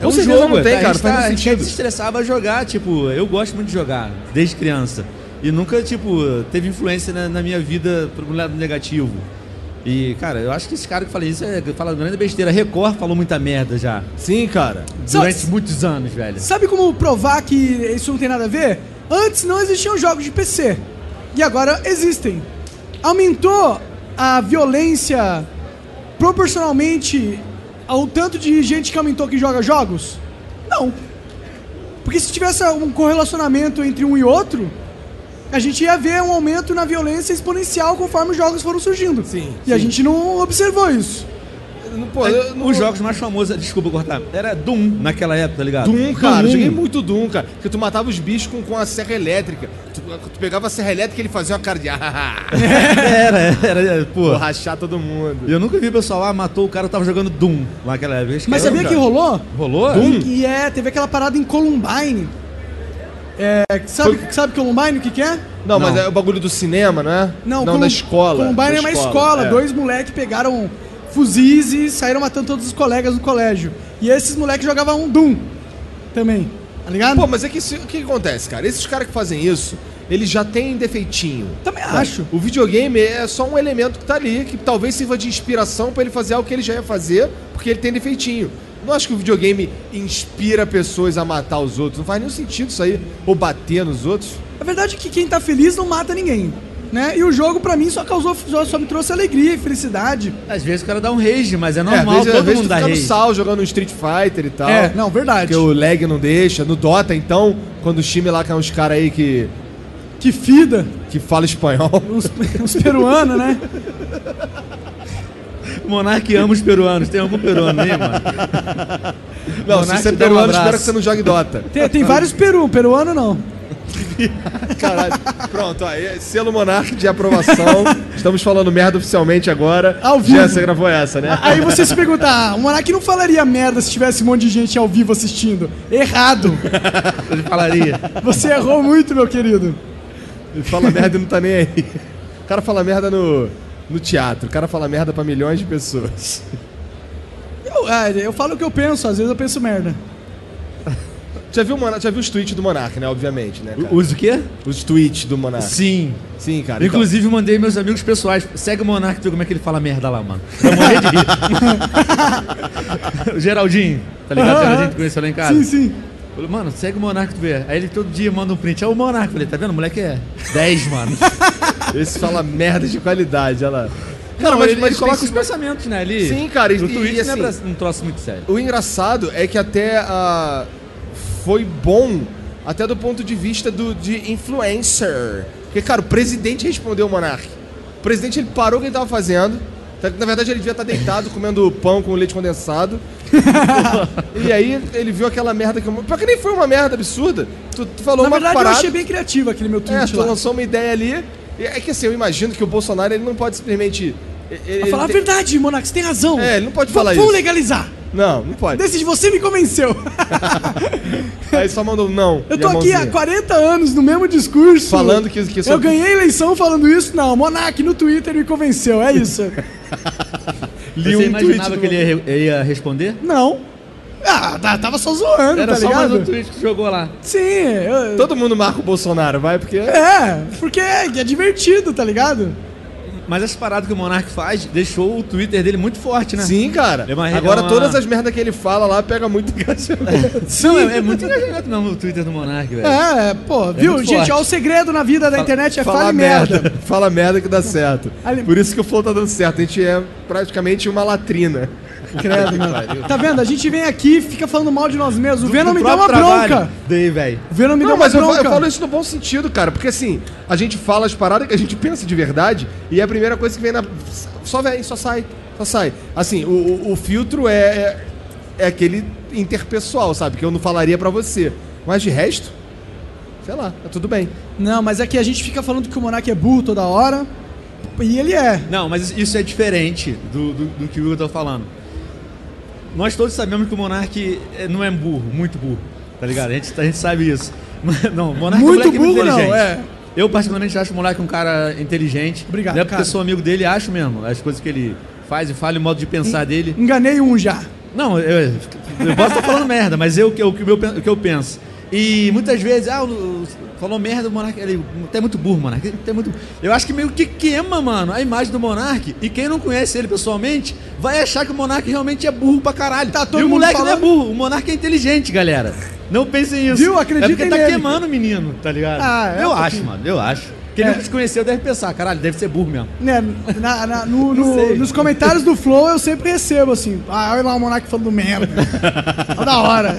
É
Com
um
certeza
jogo,
não tem,
tá? A
cara,
gente
faz
tá-
muito
a gente quer
sentido.
desestressar, vai jogar. Tipo, eu gosto muito de jogar, desde criança. E nunca, tipo, teve influência na, na minha vida por um lado negativo. E, cara, eu acho que esse cara que fala isso é, fala grande besteira. Record falou muita merda já.
Sim, cara.
Durante muitos anos, velho.
Sabe como provar que isso não tem nada a ver? Antes não existiam jogos de PC. E agora existem. Aumentou a violência proporcionalmente ao tanto de gente que aumentou que joga jogos? Não. Porque se tivesse um correlacionamento entre um e outro, a gente ia ver um aumento na violência exponencial conforme os jogos foram surgindo.
Sim,
E a
sim.
gente não observou isso.
Não, Pô, eu não-
É Os jogos mais famosos, desculpa cortar, era Doom naquela época, tá ligado?
Doom, cara.
Doom.
Joguei muito Doom, cara. Porque tu matava os bichos com, com a serra elétrica. Tu, tu pegava a serra elétrica e ele fazia uma cara de. "Ah,
Era, era, era, pô.
Vou rachar todo mundo.
Eu nunca vi o pessoal, ah, matou o cara que tava jogando Doom naquela época. Esquece,
É
Mas sabia que
cara.
rolou?
um rolou?
Doom?
E é, teve aquela parada em Columbine. É, sabe, sabe Columbine o que, que é?
Não, mas
Não.
é o bagulho do cinema, não é? não
Colum-
da escola.
Columbine
da
é uma escola.
é.
Dois moleques pegaram fuzis e saíram matando todos os colegas do colégio. E esses moleques jogavam um Doom também. Tá ligado?
Pô, mas é que isso- o que que acontece, cara? Esses caras que fazem isso, eles já têm defeitinho.
também
sabe?
acho.
O videogame é só um elemento que tá ali, que talvez sirva de inspiração pra ele fazer algo que ele já ia fazer, porque ele tem defeitinho. Não acho que o videogame inspira pessoas a matar os outros. Não faz nenhum sentido isso aí. Ou bater nos outros.
A verdade é que quem tá feliz não mata ninguém. né? E o jogo, pra mim, só causou, só, só me trouxe alegria e felicidade.
Às vezes o cara dá um rage, mas é
É, às
normal,
vezes, às
todo
vezes
mundo
tu
dá
fica no
rage.
sal jogando um Street Fighter e tal.
É, não,
tá,
verdade.
Porque o
tipo-
lag não deixa. No Dota, então, quando os times lá, que é uns caras aí que,
Que fida,
que fala espanhol.
uns, uns peruanos, né?
Monark ama os peruanos. Tem algum peruano aí, mano?
Não, se
Monark
você é
dá um
peruano,
abraço.
espero que você não jogue Dota.
Tem, tem vários peru, peruano não.
Caralho. Pronto, ó, é selo Monark de aprovação. Estamos falando merda oficialmente agora.
Ao vivo.
Já você gravou essa, né?
Aí você se pergunta, ah, o Monark não falaria merda se tivesse um monte de gente ao vivo assistindo. Errado!
Ele falaria.
Você errou muito, meu querido.
Ele fala merda e não tá nem aí. O cara fala merda no, no teatro. O cara fala merda pra milhões de pessoas.
Eu, ah, eu falo o que eu penso, às vezes eu penso merda.
Já viu, o Monar- já viu os tweets do Monark, né? Obviamente, né? cara?
Usa o quê?
Os tweets do Monark.
Sim.
Sim, cara. então-
Inclusive, mandei meus amigos pessoais. Segue o Monark, vê como é que ele fala merda lá, mano. Eu morri de rir. O Geraldinho, tá ligado? O
Aham.
Geraldinho que conheceu lá em casa.
Sim, sim.
Falei, mano, segue o Monark, tu vê. Aí ele todo dia manda um print. É o Monark. Falei, tá vendo? O moleque é 10, mano.
Esse fala merda de qualidade, olha lá. Cara,
Não,
mas,
ele,
mas
ele
coloca
tem
os
esses pensamentos, né? Ali.
Sim, cara, e-
O
e-
Twitter
e
não é
assim-
pra- um troço muito sério.
O engraçado é que até a. Foi bom, até do ponto de vista do, de influencer. Porque, cara, o presidente respondeu o Monark. O presidente ele parou o que ele tava fazendo. Tá- Na verdade, ele devia estar deitado comendo pão com leite condensado. e aí ele viu aquela merda que. eu- Pior que nem foi uma merda absurda. Tu, tu falou
Na
uma
verdade, eu
parada.
achei bem criativo aquele meu
É,
tweet
tu
lá.
lançou uma ideia ali. E É que assim, eu imagino que o Bolsonaro ele não pode simplesmente. Ele,
Pra
ele
falar
tem-
a verdade, Monark, você tem razão.
É, ele não pode
V-
falar
Vamos
isso.
legalizar.
Não, não pode.
Decide, você me convenceu.
Aí só mandou um não.
Eu
e
tô
a
aqui
mãozinha.
há 40 anos no mesmo discurso.
Falando que- que sou-
Eu ganhei a eleição falando isso. Não, Monark no Twitter me convenceu, é isso.
Li
Você
um
imaginava
tweet
que
do-
ele ia, re- ele ia responder?
não. Ah, tá- tava só zoando,
Era
tá
só mais um
ligado?
tweet que tu jogou lá.
Sim, eu...
Todo mundo marca o Bolsonaro, vai, porque.
É, porque é, é divertido, tá ligado?
Mas essa parada que o Monark faz deixou o Twitter dele muito forte, né?
Sim, cara.
É uma- é
Agora
uma-
todas as merdas que ele fala lá pega muito engajamento.
Não, é, é muito engajamento mesmo o Twitter do Monark, velho.
É, pô, viu?
muito
Gente,
forte.
ó, o segredo na vida da internet é
Fala
fale merda.
merda. Fala merda que dá certo.
Ali-
Por isso que o Flow tá dando certo. A gente é praticamente uma latrina.
Credo, mano. Tá vendo? A gente vem aqui e fica falando mal de nós mesmos. O Venom
Do
me deu uma
próprio trabalho.
bronca.
Dei, velho.
O Venom me deu
Não,
uma
mas eu, fa-
bronca.
eu falo isso no bom sentido, cara. Porque assim, a gente fala as paradas que a gente pensa de verdade e é a primeira coisa que vem na. Só vem, só sai. Só sai. Assim, o, o- o filtro é, é, é aquele interpessoal, sabe? Que eu não falaria pra você. Mas de resto, sei lá, tá tudo bem.
Não, mas é que a gente fica falando que o Monark é burro toda hora. E ele é.
Não, mas isso é diferente do, do, do que o Hugo tá falando. Nós todos sabemos que o Monark é- não é burro, muito burro, tá ligado? A gente, a gente sabe isso. Mas, Não, o Monark
Muito
é um moleque
burro não,
inteligente.
é.
Eu particularmente acho o Monark um cara inteligente.
Obrigado,
Não é porque
cara.
sou amigo dele, acho mesmo. As coisas que ele faz e fala, o modo de pensar dele.
Enganei um já.
Não, eu, eu posso estar falando merda, mas eu, eu, o que eu pen- o que eu penso. E muitas vezes, ah, o- o- falou merda o Monark. Ele até é muito burro, Monark. ele até é muito, eu acho que meio que queima, mano, a imagem do Monark. E quem não conhece ele pessoalmente vai achar que o Monark realmente é burro pra caralho.
Tá todo
e o
mundo
moleque não
falando.
é burro, o Monark é inteligente, galera. Não pensem isso.
Viu? Acreditem
É porque tá
nele.
queimando o menino, tá ligado?
Ah, é
eu
um
acho,
pouquinho.
mano, eu acho. Quem
É.
nunca te conheceu deve pensar, caralho, deve ser burro mesmo.
Né, na- na- no-
Não
no-
sei.
nos comentários do Flow eu sempre recebo assim. Ah, olha lá o Monark falando merda. Tá da hora.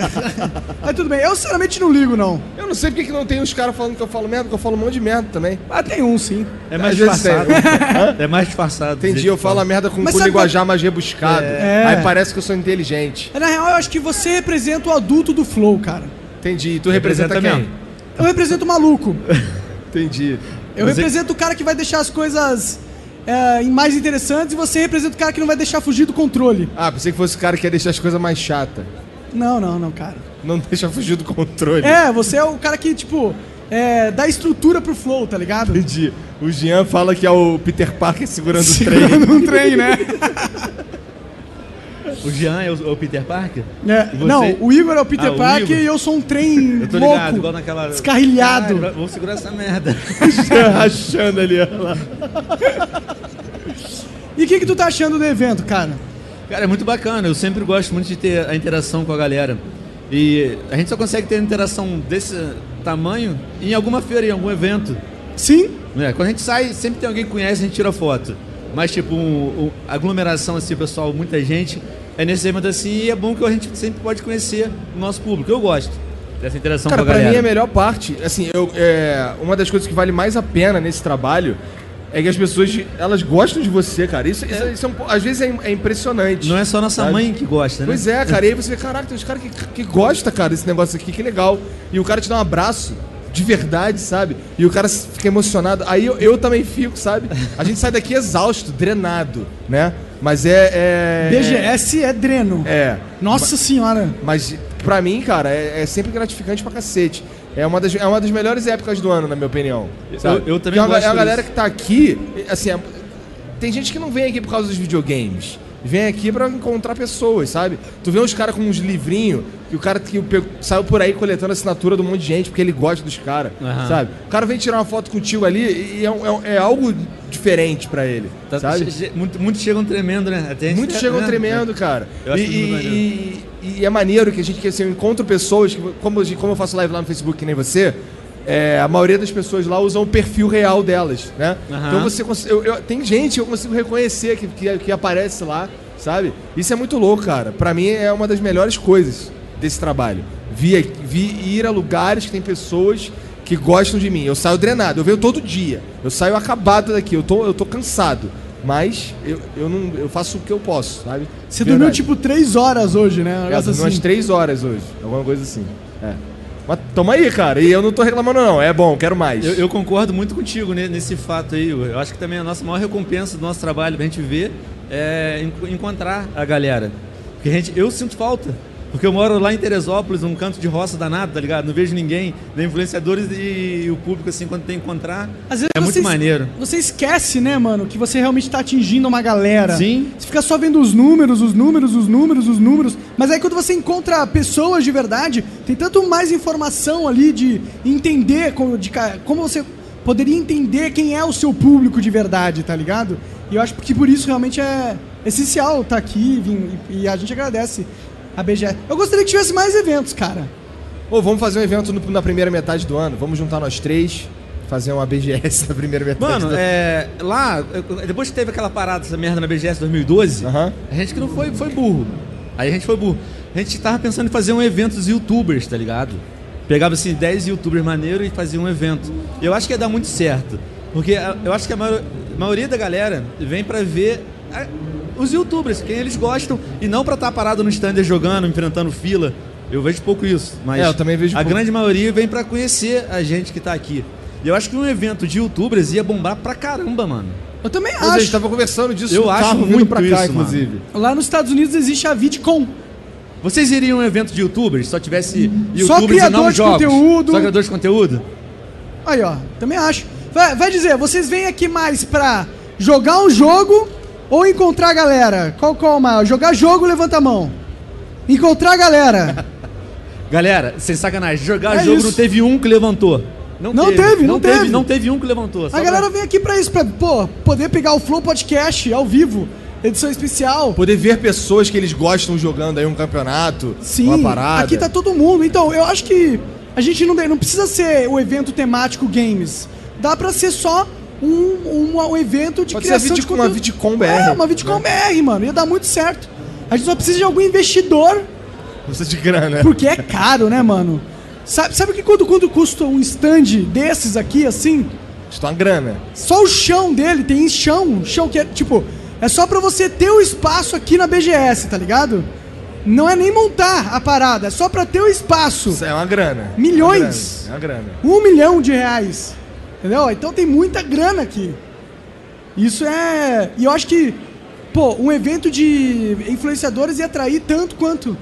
Mas tudo bem, eu sinceramente não ligo, não.
Eu não sei porque que não tem os caras falando que eu falo merda, que eu falo um monte de merda também.
Mas tem um sim.
É mais
Às vezes
disfarçado. É mais disfarçado. do
Entendi,
jeito
eu
que
falo a
fala.
merda com
Mas
um
sabe
linguajar mais rebuscado.
É.
Aí parece que eu sou inteligente.
Na real, eu acho que você representa o adulto do Flow, cara.
Entendi. E tu representa,
Representa
quem?
Eu represento o maluco.
Entendi.
Eu
Mas é-
represento o cara que vai deixar as coisas é, mais interessantes e você representa o cara que não vai deixar fugir do controle.
Ah, pensei que fosse o cara que ia deixar as coisas mais chatas.
Não, não, não, cara.
Não deixa fugir do controle.
É, você é o cara que, tipo, é, dá estrutura pro flow, tá ligado?
Entendi. O Jean fala que é o Peter Parker segurando o trem.
Segurando um trem, né?
O Jean é o- é o Peter Parker?
É,
E você?
Não, o Igor é o Peter
Ah, o
Parker
Igor.
e eu sou um trem
Eu tô
louco,
ligado, igual naquela.
descarrilhado.
Caralho, vamos segurar essa merda.
O Jean rachando ali, ó lá.
E o que, que tu tá achando do evento, cara?
Cara, é muito bacana. Eu sempre gosto muito de ter a interação com a galera. E a gente só consegue ter interação desse tamanho em alguma feira, em algum evento.
Sim,
né? Quando a gente sai, sempre tem alguém que conhece, a gente tira foto. Mas, tipo, um- um- aglomeração, assim, pessoal, muita gente, é nesse evento assim, e é bom que a gente sempre pode conhecer o nosso público. Eu gosto dessa interação
Cara,
com a
pra
galera.
mim é a melhor parte, assim, eu, é, uma das coisas que vale mais a pena nesse trabalho é que as pessoas, elas gostam de você, cara. Isso, isso, isso é um po- às vezes é, im- é impressionante.
Não é só nossa
sabe?
mãe que gosta, né?
Pois é, cara. E aí você vê, caraca, tem uns caras que, que gostam, cara, desse negócio aqui, que legal. E o cara te dá um abraço de verdade, sabe? E o cara s- fica emocionado. Aí eu, eu também fico, sabe? A gente sai daqui exausto, drenado, né? Mas é. é
BGS é dreno.
É.
Nossa senhora.
Mas pra mim, cara, é, é sempre gratificante pra cacete. É uma, das, é uma das melhores épocas do ano, na minha opinião. sabe?
eu também
Porque é uma,
gosto
É uma
disso.
galera que tá aqui, assim, é- tem gente que não vem aqui por causa dos videogames. Vem aqui pra encontrar pessoas, sabe? Tu vê uns caras com uns livrinhos, que o cara que pe- saiu por aí coletando assinatura de um monte de gente porque ele gosta dos caras,
Aham.
sabe? O cara vem tirar uma foto contigo ali e é, um- é um- é algo diferente pra ele,
Tá-
sabe?
che- che- muito- muitos chegam tremendo, né? Até a gente-
Muitos chegam
né?
tremendo, cara.
Eu acho
e,
muito
e-
maneiro.
e- e é maneiro que a gente, que, assim, eu encontro pessoas, que, como, eu- como eu faço live lá no Facebook que nem você, é, a maioria das pessoas lá usam o perfil real delas, né?
Aham.
Então você cons- eu- eu- tem gente que eu consigo reconhecer que, que, que aparece lá, sabe? Isso é muito louco, cara. Pra mim é uma das melhores coisas desse trabalho. Vi, aqui- vi ir a lugares que tem pessoas que gostam de mim. Eu saio drenado, eu venho todo dia. Eu saio acabado daqui, eu tô, eu tô cansado. Mas eu, eu, não, eu faço o que eu posso, sabe?
Você
Verdade.
dormiu tipo três horas hoje, né? Um
É,
negócio
dormi umas
assim.
três horas hoje, alguma coisa assim. É. Mas toma aí, cara. E eu não tô reclamando, não. É bom, quero mais.
Eu, eu concordo muito contigo ne- nesse fato aí. Eu acho que também a nossa maior recompensa do nosso trabalho pra gente ver é en- encontrar a galera. Porque a gente, eu sinto falta. Porque eu moro lá em Teresópolis, num canto de roça danado, tá ligado? Não vejo ninguém, nem influenciadores e, o público, assim, quando tem que encontrar.
Às vezes
é muito
você-
maneiro.
Você esquece, né, mano, que você realmente tá atingindo uma galera.
Sim.
Você fica só vendo os números, os números, os números, os números. Mas aí quando você encontra pessoas de verdade, tem tanto mais informação ali de entender como, de ca- como você poderia entender quem é o seu público de verdade, tá ligado? E eu acho que por isso realmente é essencial estar aqui vir, e, e a gente agradece a BGS. Eu gostaria que tivesse mais eventos, cara.
Ô, vamos fazer um evento no- na primeira metade do ano. Vamos juntar nós três, fazer uma BGS na primeira metade
Mano,
do ano.
é, lá, eu- depois que teve aquela parada, essa merda na BGS 2012,
Aham.
a gente que não foi, foi burro. Aí a gente foi burro. A gente tava pensando em fazer um evento dos youtubers, tá ligado? Pegava assim 10 youtubers maneiros e fazia um evento. Eu acho que ia dar muito certo. Porque a- eu acho que a maior- maioria da galera vem pra ver a- os youtubers, quem eles gostam, e não pra estar parado no stand jogando, enfrentando fila. Eu vejo pouco isso, mas
É, eu também vejo
a
pouco.
grande maioria vem pra conhecer a gente que tá aqui. E eu acho que um evento de youtubers ia bombar pra caramba, mano.
Eu também
Pô, é, A gente
acho.
tava conversando disso
Eu
no
acho
carro vindo
muito
pra cá,
isso, mano.
inclusive.
Lá nos Estados Unidos existe a VidCon.
Vocês iriam a um evento de youtubers? Só tivesse youtubers e
criador
não
de
jogos?
conteúdo.
Só criador de conteúdo?
Aí, ó, também acho. Vai, vai dizer, vocês vêm aqui mais pra jogar um jogo ou encontrar a galera? Qual, qual é o maior? Jogar jogo, levanta a mão. Encontrar a galera.
Galera, sem sacanagem, jogar
É
jogo
isso.
não teve um que levantou.
Não teve, não teve.
Não teve um que levantou.
A
só pra-
galera vem aqui pra isso, pra, pô, poder pegar o Flow Podcast ao vivo, edição especial.
Poder ver pessoas que eles gostam jogando aí um campeonato, uma
Sim,
parada.
aqui tá todo mundo. Então, eu acho que a gente não, de- não precisa ser o evento temático games. Dá pra ser só um, um, um evento de
Pode ser a
criação de
Vidi- uma
conteúdo.
Vidicom né? BR,
É, uma Vidicom BR, mano. Ia dar muito certo. A gente só precisa de algum investidor,
Precisa de grana.
porque é caro, né, mano? Sabe, sabe que quando, quando custa um stand desses aqui, assim,
Está é uma grana.
só o chão dele tem chão, chão que é tipo, é só pra você ter o espaço aqui na BGS, tá ligado? Não é nem montar a parada, é só pra ter o espaço.
Isso é uma grana.
Milhões.
É uma grana. É uma grana.
Um milhão de reais. Entendeu? Então tem muita grana aqui. Isso é. E eu acho que, pô, um evento de influenciadores ia atrair tanto quanto.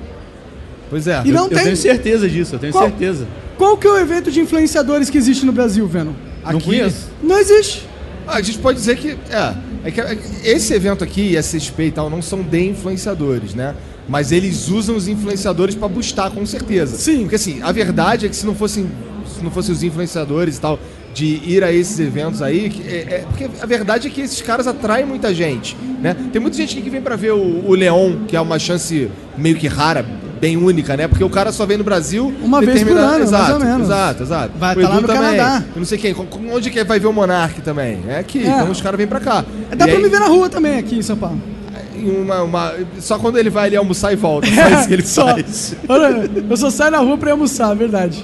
Pois é.
E não
Eu
tem.
tenho certeza disso, eu tenho
Qual?
certeza.
Qual que é o evento de influenciadores que existe no Brasil, Venom?
Não
Aqui-
conheço.
Não existe.
Ah, A gente pode dizer que. É, é que é, esse evento aqui, a CSP e tal, não são de influenciadores, né? Mas eles usam os influenciadores pra buscar, com certeza.
Sim.
Porque assim, a verdade é que se não fossem, se não fossem os influenciadores e tal, de ir a esses eventos aí, que é- é- porque a verdade é que esses caras atraem muita gente, né? Tem muita gente aqui que vem pra ver o, o Leon, que é uma chance meio que rara, bem única, né? Porque o cara só vem no Brasil.
Uma vez por
determinado-
ano, mais
exato,
ou menos.
Exato, exato.
Vai
O
tá lá
Edu
no
também.
Canadá.
Eu não sei quem. com- com- Onde que vai ver o Monark também? É aqui. Então os caras vêm pra cá.
É, Dá
E
pra
aí,
me ver na rua também aqui em São Paulo.
em uma- uma- Só quando ele vai ali almoçar e volta. Só isso que ele
Só.
faz.
Olha, eu só saio na rua pra ir almoçar, é verdade.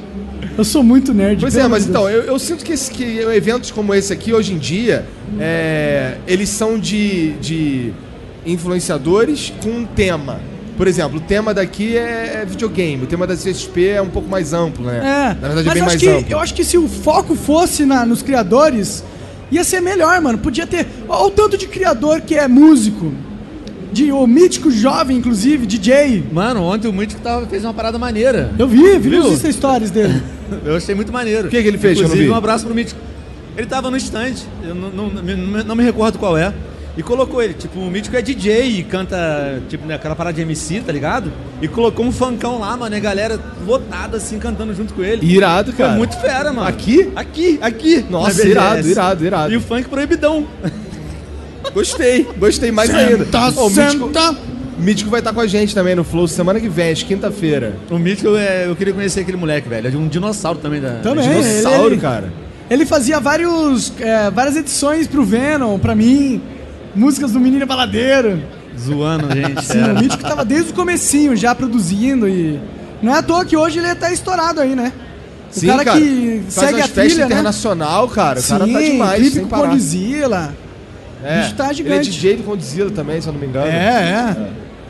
Eu sou muito nerd.
Pois
pelo
é, mas
amor de Deus.
então, eu, eu sinto que, esse- que eventos como esse aqui, hoje em dia, é, eles são de, de influenciadores com um tema. Por exemplo, o tema daqui é é videogame, o tema da CSP é um pouco mais amplo, né?
É,
Na verdade,
mas
é bem
eu, acho
mais
que,
amplo.
eu acho que se o foco fosse na, nos criadores, ia ser melhor, mano. Podia ter. Olha o tanto de criador que é músico. De, o mítico jovem, inclusive, DJ.
Mano, ontem o Mítico tava, fez uma parada maneira.
Eu vi, vi
Viu?
os Insta Stories dele.
Eu achei muito maneiro. O
que que ele fez que eu não
Inclusive,
vi?
um abraço pro Mítico. Ele tava no stand, eu não, não, não- não me recordo qual é. E colocou ele, tipo, o Mítico é DJ e canta, tipo, né, aquela parada de MC, tá ligado? E colocou um funkão lá, mano, e a galera lotada, assim, cantando junto com ele.
Irado,
Foi
cara.
muito fera, mano.
Aqui?
Aqui, aqui.
Nossa,
na BGS.
irado, irado, irado.
E o funk proibidão.
Gostei, gostei mais ainda.
tá
Ó, o Mítico, Mítico vai estar com a gente também no Flow semana que vem, acho que quinta-feira.
O Mítico, é, eu queria conhecer aquele moleque, velho. É de um dinossauro também. Da,
Também. É, ele-
Dinossauro,
ele-
cara.
Ele fazia vários, é, várias edições pro Venom, pra mim. Músicas do Menino Baladeiro.
Zoando, gente.
Sim,
é.
o Mítico tava desde o comecinho já produzindo e. Não é à toa que hoje ele tá estourado aí, né? O
Sim,
cara,
cara.
que
Faz
segue
umas
a
festas
trilha, né?
internacional, cara. O cara tá
Sim,
demais,
clipe
sem
com
parar.
Condizila.
É,
bicho tá
Ele é
gigante.
DJ do Condizila também, se eu não me engano.
é.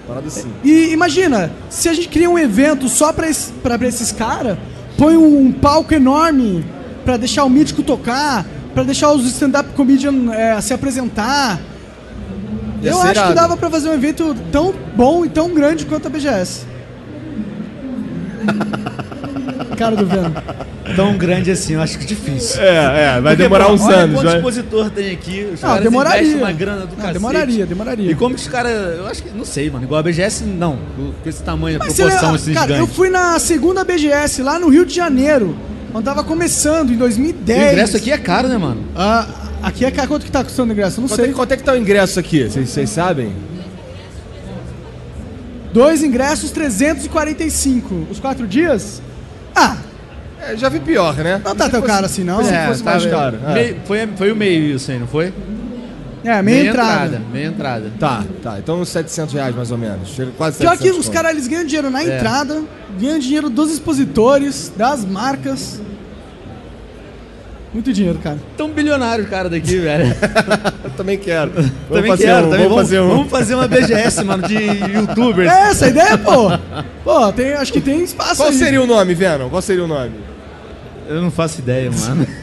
Parada assim.
E imagina, se a gente cria um evento só pra, es- pra, pra esses caras, põe um, um palco enorme pra deixar o mítico tocar, pra deixar os stand-up comedian é, se apresentar.
Ia
Eu
ser
acho que
irado.
dava pra fazer um evento tão bom e tão grande quanto a BGS. Cara do Venom.
Tão grande assim, eu acho que é difícil.
É, é, vai
Porque,
demorar
pô,
uns
olha
anos.
Quanto
Vai...
expositor tem aqui? Os
Ah,
caras
demoraria.
investem uma grana do
Não,
cacete.
demoraria, demoraria.
E como que os caras. Eu acho que. Não sei, mano. Igual a BGS, não. Com esse tamanho, a
Mas você
proporção,
um
lembra-
esse
cara, eu
gigante.
fui na segunda BGS lá no Rio de Janeiro, quando tava começando, em 2010.
O ingresso aqui é caro, né, mano?
Ah, aqui é caro. quanto que tá custando o ingresso? Eu Não
Quanto, é,
sei.
que- quanto é que tá o ingresso aqui? Vocês vocês sabem?
Dois ingressos, 345. Os quatro dias? Ah,
É, já vi pior, né?
não tá tão caro assim, não.
É,
É,
fosse mais caro, é.
tá meio- foi, foi o meio isso aí, não foi?
É, meia, entrada.
Meia entrada.
Tá, tá. Então uns 700 reais mais ou menos. Chega quase
Pior
700
que os
conto.
caras, eles ganham dinheiro na
É.
entrada, ganham dinheiro dos expositores, das marcas. Muito dinheiro, cara.
Tão um bilionário o cara daqui, velho.
Eu também quero. Vamos
também
fazer
quero,
um,
também.
Vamos fazer um.
Vamos fazer uma BGS, mano, de youtubers.
É essa a ideia, pô? Pô, tem, acho que tem espaço
Qual
aí.
seria o nome, Venom? Qual seria o nome?
Eu não faço ideia, mano.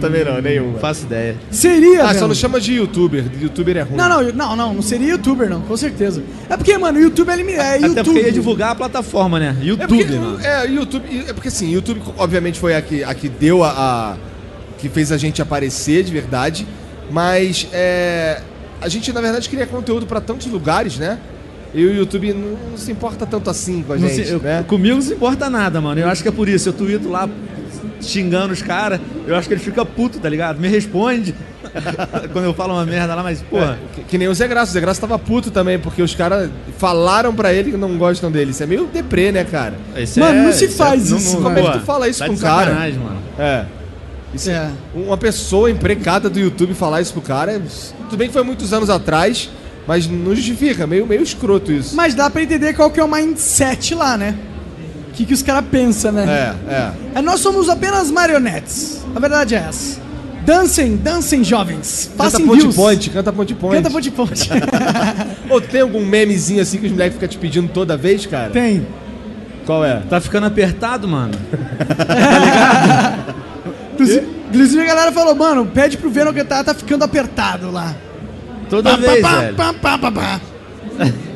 Também não, nenhum.
Não faço ideia.
Seria,
Ah,
velho.
só não chama de youtuber. Youtuber é ruim.
É Não, não, não, não, não seria youtuber, não, com certeza. É porque, mano, o YouTube ele me- é
Até porque
YouTube.
ia divulgar a plataforma, né?
É
YouTube,
porque,
mano.
é, YouTube, é porque assim, YouTube obviamente foi a que, a que deu a, a- que fez a gente aparecer de verdade, mas é, a gente na verdade cria conteúdo pra tantos lugares, né? E o YouTube não, não se importa tanto assim com a
Não
gente,
se- eu-
né?
Comigo não se importa nada, mano. Eu acho que é por isso. Eu tuito lá xingando os caras. Eu acho que ele fica puto, tá ligado? Me responde quando eu falo uma merda lá, mas, porra.
É, Que, que nem o Zé Graça, o Zé Graça tava puto também, porque os caras falaram pra ele que não gostam dele. Isso é meio deprê, né, cara?
esse
Mano, não se faz isso,
Como é que
pô,
tu fala isso
tá
com
de
um cara?
sacanagem, mano.
É. Isso
É.
é. Uma pessoa empregada do YouTube falar isso pro cara, é- tudo bem que foi muitos anos atrás, mas não justifica, meio, meio escroto isso.
Mas dá pra entender qual que é o mindset lá, né? O que, que os caras pensam, né?
É, é.
É, Nós somos apenas marionetes. A verdade é essa. Dancem, dancem, jovens.
Canta
Passem
Ponte
views.
Ponte, canta Ponte Ponte.
Canta ponte ponte.
Ou tem algum memezinho assim que os moleques ficam te pedindo toda vez, cara?
Tem.
Qual é?
Tá ficando apertado, mano.
Inclusive, inclusive a galera falou, mano, pede pro Venom cantar, tá ficando apertado lá.
Toda vez, velho.
pá, pá, pá, pá.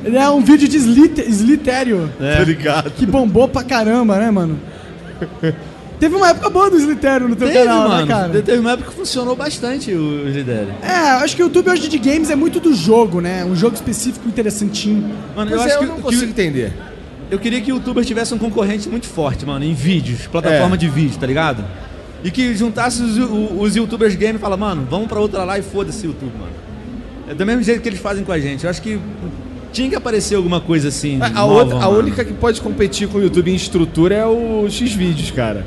Ele é um vídeo de slite, Slitério.
É.
ligado.
Que bombou pra caramba, né, mano? Teve uma época boa do Slitério no teu
Teve,
canal,
mano.
né, cara?
Teve uma época que funcionou bastante o Lidere.
É, acho que o YouTube hoje de games é muito do jogo, né? Um jogo específico interessantinho.
Mano,
Eu,
eu
é,
acho que,
não
que-
consigo entender.
Eu queria que o youtuber tivesse um concorrente muito forte, mano, em vídeos, plataforma
É.
de vídeo, tá ligado? E que juntasse os, o- os youtubers game e fala, mano, vamos pra outra lá e foda-se o YouTube, mano. É do mesmo jeito que eles fazem com a gente. Eu acho que Tinha que aparecer alguma coisa assim.
A,
nova,
outra- a
mano.
única que pode competir com o YouTube em estrutura é o Xvideos, cara.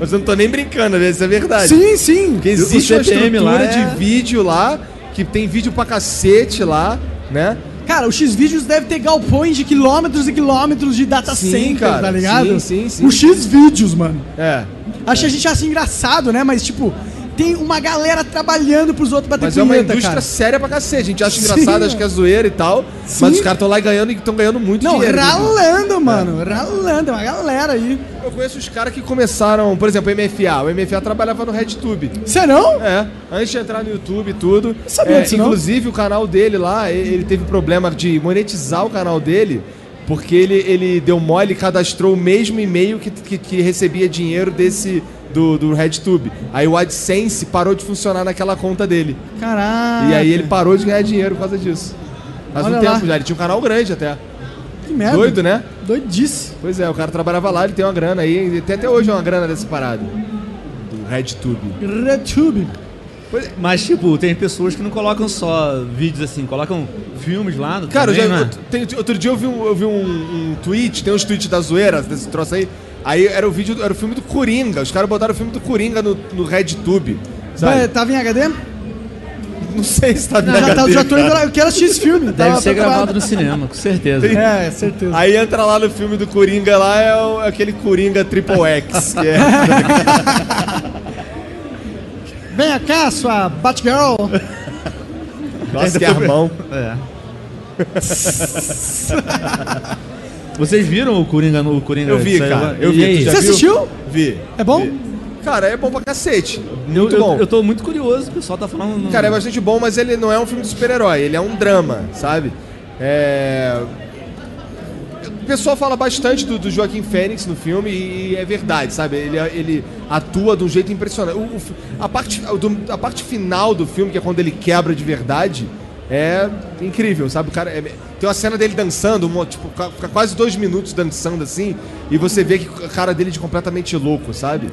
Mas eu não tô nem brincando, né? isso é verdade.
sim, sim.
Porque existe
O
uma
CPM
estrutura
lá é-
de vídeo lá, que tem vídeo pra cacete lá, né?
Cara, o X-Vídeos deve ter galpões de quilômetros e quilômetros de data
Sim,
center,
cara.
tá ligado?
Sim, sim, sim.
O X-Vídeos, mano.
É.
Acho que a gente acha engraçado, né? Mas, tipo, tem uma galera trabalhando pros outros bater
Mas é uma
punheta,
indústria
cara.
séria pra cacete. A gente acha
Sim,
engraçado,
é.
acha que é zoeira e tal.
Sim.
Mas os caras estão lá ganhando e estão ganhando muito
Não,
dinheiro. né? É.
ralando, mano. Ralando, é uma galera aí.
Eu conheço os caras que começaram, por exemplo, o MFA. O MFA trabalhava no RedTube.
Você não?
É, antes de entrar no YouTube e tudo.
Não sabia
É,
disso, não.
inclusive, o canal dele lá, e- ele teve problema de monetizar o canal dele, porque ele, ele deu mole e cadastrou o mesmo e-mail que, que, que recebia dinheiro desse do, do RedTube. Aí o AdSense parou de funcionar naquela conta dele.
Caraca.
e aí ele parou de ganhar dinheiro por causa disso. Faz
Olha
um
lá. É,
tempo já, ele tinha um canal grande até.
Que merda.
Doido, né?
Doidice.
Pois é, o cara trabalhava lá, ele tem uma grana aí, até, até hoje é uma grana dessa parada. Do RedTube.
RedTube.
Mas, tipo, tem pessoas que não colocam só vídeos assim, colocam filmes lá no
Cara, eu
também,
já-
né?
eu- tem- outro dia eu vi, um, eu vi um, um tweet, tem uns tweets da zoeira, desse troço aí. Aí era o vídeo, era o filme do Coringa. Os caras botaram o filme do Coringa no, no RedTube.
Ué,
Sabe?
Tava em HD?
Não sei se tá no
Não, já, tá,
HD,
já tô
cara.
indo lá. Eu quero assistir esse filme.
Deve
Tava-
ser
tava-
gravado no cinema, com certeza.
É, certeza.
Aí entra lá no filme do Coringa, lá é o- é aquele Coringa Triple X, que é.
Vem cá, sua Batgirl.
Nossa, que armão.
É. Vocês viram o Coringa no o Coringa?
Eu vi,
saiu
cara.
lá?
Eu
E
vi.
aí? é
tu já
Você
viu?
assistiu?
Vi.
É bom?
Vi. Cara, é bom pra cacete.
Eu,
Muito bom.
eu, eu tô muito curioso, o pessoal tá falando.
Cara, é bastante bom, mas ele não é um filme de super-herói, ele é um drama, sabe? É... O pessoal fala bastante do, do Joaquim Fênix no filme e é verdade, sabe? Ele, ele atua de um jeito impressionante. O- o fi- a, parte, do- a parte final do filme, que é quando ele quebra de verdade, é incrível, sabe? O cara, é- tem uma cena dele dançando, uma- tipo, ca- fica quase dois minutos dançando assim, e você vê que a cara dele é de completamente louco, sabe?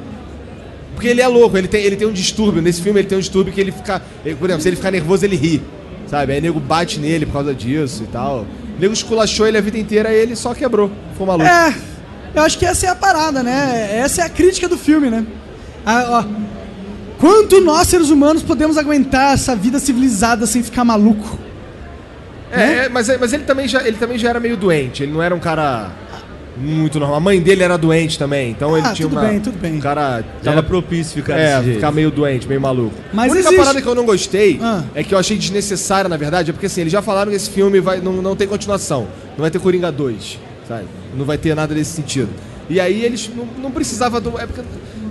Porque ele é louco, ele tem, ele tem um distúrbio. Nesse filme ele tem um distúrbio que ele fica. ele- por exemplo, se ele ficar nervoso, ele ri. Sabe? Aí o nego bate nele por causa disso e tal. O nego esculachou ele a vida inteira e ele só quebrou. Ficou maluco.
É, eu acho que essa é a parada, né? Essa é a crítica do filme, né? Ah, ó, quanto nós, seres humanos, podemos aguentar essa vida civilizada sem ficar maluco?
É, é, mas, é- mas ele, também já, ele também já era meio doente. Ele não era um cara muito normal. A mãe dele era doente também. Então ele
Ah,
tinha
tudo
uma.
bem, tudo bem.
Um cara.
Tava propício ficar
é,
desse jeito.
ficar meio doente, meio maluco.
Mas
a única
existe.
parada que eu não gostei
Ah.
é que eu achei desnecessária, na verdade, é porque assim, eles já falaram que esse filme vai, não, não tem continuação. Não vai ter Coringa 2, sabe? Não vai ter nada nesse sentido. E aí eles não, não precisava do. É porque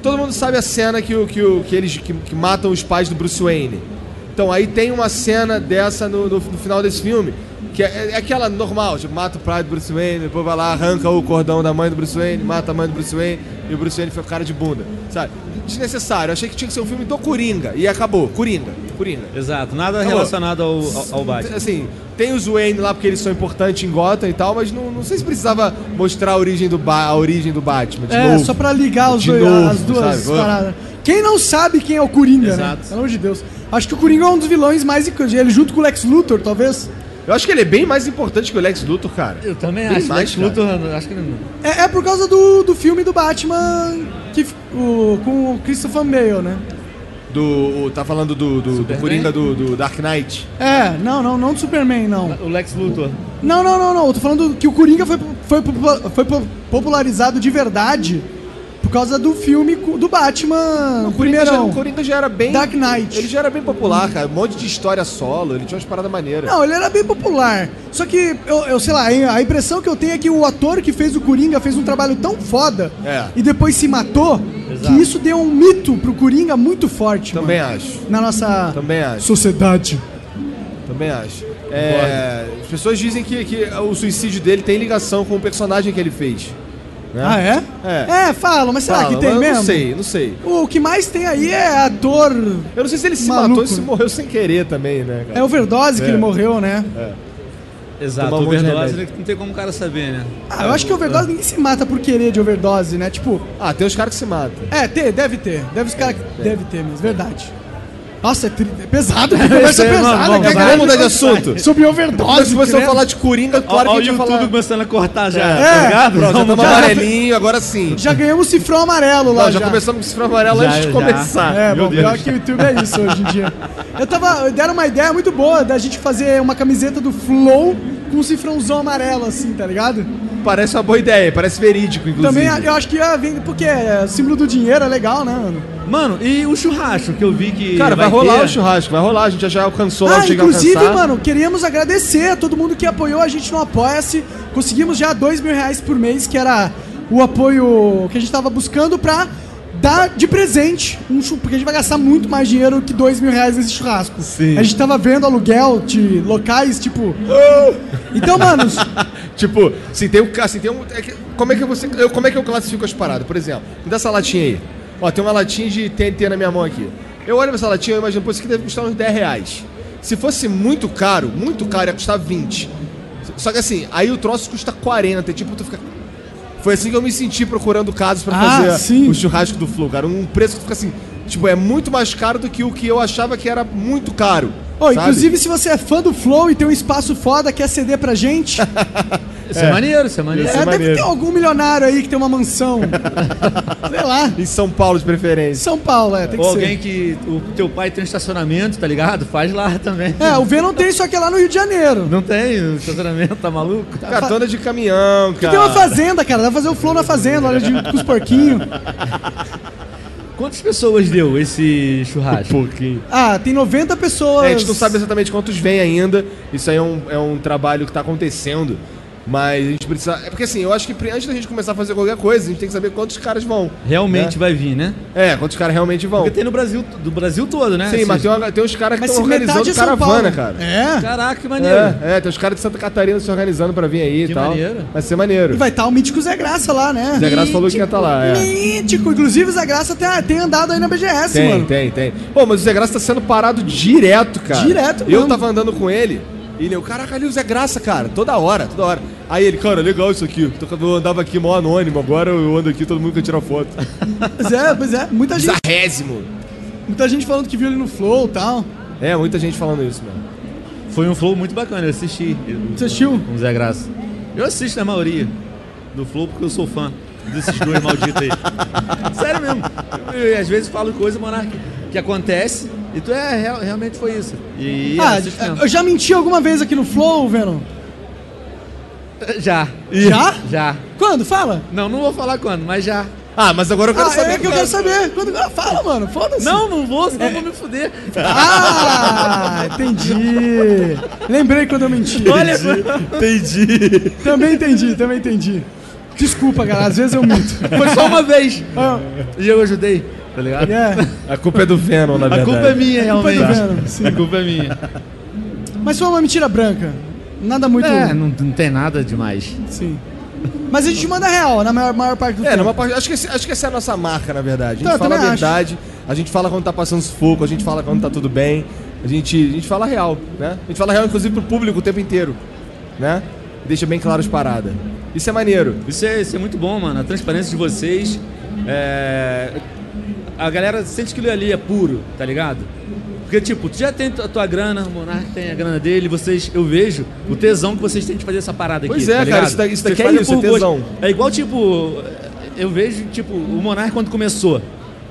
todo mundo sabe a cena que, o- que, o- que eles que, que matam os pais do Bruce Wayne. Então aí tem uma cena dessa no, no- no final desse filme. Que é, é aquela normal, tipo, mata o pai do Bruce Wayne, depois vai lá, arranca o cordão da mãe do Bruce Wayne, mata a mãe do Bruce Wayne, e o Bruce Wayne fica com cara de bunda, sabe? Desnecessário, eu achei que tinha que ser um filme do Coringa, e acabou, Coringa, Coringa.
Exato, nada relacionado ao, ao, ao Batman.
Assim, tem os Wayne lá porque eles são importantes em Gotham e tal, mas não, não sei se precisava mostrar a origem do, ba a origem do Batman. de
é,
novo.
só pra ligar os
De
dois-
novo,
as duas
sabe?
paradas. Quem não sabe quem é o Coringa, né?
Exato.
Pelo amor de Deus. Acho que o Coringa é um dos vilões mais icônicos. Ele junto com o Lex Luthor, talvez.
Eu acho que ele é bem mais importante que o Lex Luthor, cara.
Eu também
Bem
acho.
mais,
Lex Luthor, acho que ele não.
É, é por causa do, do filme do Batman que, f- o, com o Christopher Bale, né?
Do, o- tá falando do, do, do
Superman?
Coringa do, do Dark Knight.
É, não, não, não do Superman, não.
O Lex Luthor.
Não, não, não, não. Eu tô falando que o Coringa foi, foi, popu- foi po- popularizado de verdade por causa do filme co- do Batman, o
Coringa já, o
primeirão.
Coringa já era bem.
Dark Knight.
Ele já era bem popular, cara. Um monte de história solo, ele tinha umas paradas maneiras.
Não, ele era bem popular. Só que, eu, eu sei lá, a impressão que eu tenho é que o ator que fez o Coringa fez um trabalho tão foda
É.
e depois se matou
Exato.
que isso deu um mito pro Coringa muito forte.
Também
mano,
acho.
Na nossa
Também acho.
sociedade.
Também acho. É, as pessoas dizem que, que o suicídio dele tem ligação com o personagem que ele fez. né?
Ah, é?
É.
É, falam, mas será
Fala,
que tem
mas eu
mesmo?
Não sei, não sei.
O que mais tem aí é ator.
Eu não sei se ele se
Maluco,
matou e se
né?
morreu sem querer também, né, cara?
É overdose que
É.
ele morreu, né?
Exato,
Tomar um monte de
overdose
remédio.
né, que não tem como o cara saber, né?
Ah, eu acho
É.
que overdose ninguém se mata por querer de overdose, né? Tipo,
Ah, tem os caras que se matam. É.
é, ter, deve ter. Deve os caras. Deve ter mesmo, verdade. Nossa, é, tri- é pesado, que conversa
Isso aí,
pesada.
vamos,
cara.
vamos,
Vamos mudar de assunto.
Sobre
é né? Mas
overdose.
se você
credo.
for falar de Coringa,
Ó,
claro
ó,
que
o
a gente
YouTube
vai falar...
começando a cortar já,
É.
tá ligado?
Pronto, já
Vamos
estamos
já.
amarelinho, agora sim.
Já ganhamos cifrão amarelo lá.
Não, já,
já.
começamos com o cifrão amarelo
Já,
antes de
já.
começar.
É,
Meu
bom,
Deus.
pior que o YouTube é isso hoje em dia. Eu tava. Deram uma ideia muito boa da gente fazer uma camiseta do Flow com um cifrãozão amarelo, assim, tá ligado?
Parece uma boa ideia, parece verídico, inclusive.
Também eu acho que ia vender, porque é, símbolo do dinheiro é legal, né, mano?
Mano, e o churrasco que eu vi que.
Cara, vai, rolar
ter?
o churrasco, vai rolar, a gente já alcançou
Ah,
lá onde tinha que
inclusive,
alcançar.
mano, queríamos agradecer a todo mundo que apoiou a gente no Apoia-se. Conseguimos já dois mil reais por mês, que era o apoio que a gente tava buscando pra dar de presente um chu- porque a gente vai gastar muito mais dinheiro que dois mil reais nesse churrasco.
Sim.
A gente tava vendo aluguel de locais, tipo. Então, mano,
Tipo, se tem um. ca- Se tem um é que- como, é que você, eu, como é que eu classifico as paradas? Por exemplo, me dá essa latinha aí. Ó, tem uma latinha de TNT na minha mão aqui. Eu olho pra essa latinha e imagino, pô, isso aqui deve custar uns 10 reais. Se fosse muito caro, muito caro, ia custar 20. Só que assim, aí o troço custa 40. e, Tipo, tu fica. Foi assim que eu me senti procurando casos pra
Ah,
fazer
sim.
o churrasco do Flu, cara. Um preço que tu fica assim. Tipo, é muito mais caro do que o que eu achava que era muito caro.
Ô,
sabe?
inclusive, se você é fã do Flow e tem um espaço foda, quer ceder pra gente,
Isso é. maneiro, isso é maneiro.
é, deve
maneiro.
ter algum milionário aí que tem uma mansão. Sei lá.
Em São Paulo, de preferência.
São Paulo, é, tem que
Ou
ser.
alguém que. O teu pai tem um estacionamento, tá ligado? Faz lá também.
É, o V não tem, só que é lá no Rio de Janeiro.
Não tem um estacionamento, tá maluco?
Cara, tu anda de caminhão, cara.
Tem uma fazenda, cara. Dá pra fazer o flow na fazenda, olha, de, com os porquinhos.
Quantas pessoas deu esse churrasco? pouquinho.
Ah, tem 90 pessoas.
É, a gente não sabe exatamente quantos vêm ainda. Isso aí é um, é um trabalho que tá acontecendo. Mas a gente precisa. É porque assim, eu acho que pre- antes da gente começar a fazer qualquer coisa, a gente tem que saber quantos caras vão.
Realmente vai vir, né?
É, quantos caras realmente vão.
Porque tem no Brasil, do Brasil todo, né?
Sim,
Esses-
mas tem, uma- tem uns caras que
Mas
estão
se metade
organizando
é São Paulo.
caravana, cara.
É.
Caraca, que maneiro.
É, é, tem uns caras de Santa Catarina se organizando pra vir aí e
Que
tal.
maneiro.
Vai ser maneiro.
E vai estar o mítico Zé Graça lá, né?
Zé Graça falou que ia estar lá. É.
Mítico. Inclusive, o Zé Graça tem, tem andado aí na BGS,
Tem,
mano.
tem, tem. Pô, mas o Zé Graça tá sendo parado direto, cara.
Direto
Eu
mesmo.
tava andando com ele e ele, eu, caraca, ali o Zé Graça, cara, toda hora, toda hora. Aí ele, cara, legal isso aqui. Tô- Eu andava aqui mó anônimo, agora eu ando aqui, todo mundo quer tirar foto.
Pois é, pois é. Muita gente,
Bizarrésimo.
muita gente falando que viu ele no flow e tal.
É, muita gente falando isso, mano.
Foi um flow muito bacana, eu assisti.
Você assistiu?
Com o Zé Graça. Eu assisto na maioria do flow porque eu sou fã desses dois malditos aí. Sério mesmo. Eu, eu, às vezes falo coisa, monarca, que acontece e tu é, real- realmente foi isso. E
ah,
assisto mesmo.
eu já menti alguma vez aqui no flow, Venom?
Já.
Já?
Já.
Quando? Fala.
Não, não vou falar quando, mas já.
Ah, mas agora eu quero
Ah,
saber.
é que eu quero saber. Quando... Ah, fala, mano. Foda-se.
Não, não vou, senão vou me fuder.
Ah, entendi. Lembrei quando eu menti.
Olha,
Entendi.
Também entendi, também entendi. Desculpa, galera, às vezes eu minto.
foi só uma vez.
Ah,
E eu ajudei, tá ligado?
yeah,
A culpa é do Venom, na
A
verdade.
culpa é minha,
culpa é do
realmente.
Venom, sim.
A culpa é minha.
Mas foi uma mentira branca. Nada muito.
É, não, não tem nada demais.
Sim. Mas a gente manda real na maior, maior parte do
É,
tempo.
numa parte, acho, que, esse- acho que essa é a nossa marca, na verdade. A gente
Tá, eu
fala a
também
verdade, a gente fala quando tá passando sufoco, a gente fala quando tá tudo bem, a gente, a gente fala real, né? A gente fala real, inclusive, pro público o tempo inteiro, né? Deixa bem claro as paradas. Isso é maneiro.
Isso é, isso é muito bom, mano. A transparência de vocês. é, A galera sente que ele ali é puro, tá ligado? Porque, tipo, tu já tem a tua grana, o Monark tem a grana dele, vocês, eu vejo o tesão que vocês têm de fazer essa parada aqui.
Pois é,
tá
cara,
ligado?
isso da- isso daqui
Vocês
é
fazem
isso, é
por gosto.
tesão.
É igual, tipo, eu vejo, tipo, o Monark quando começou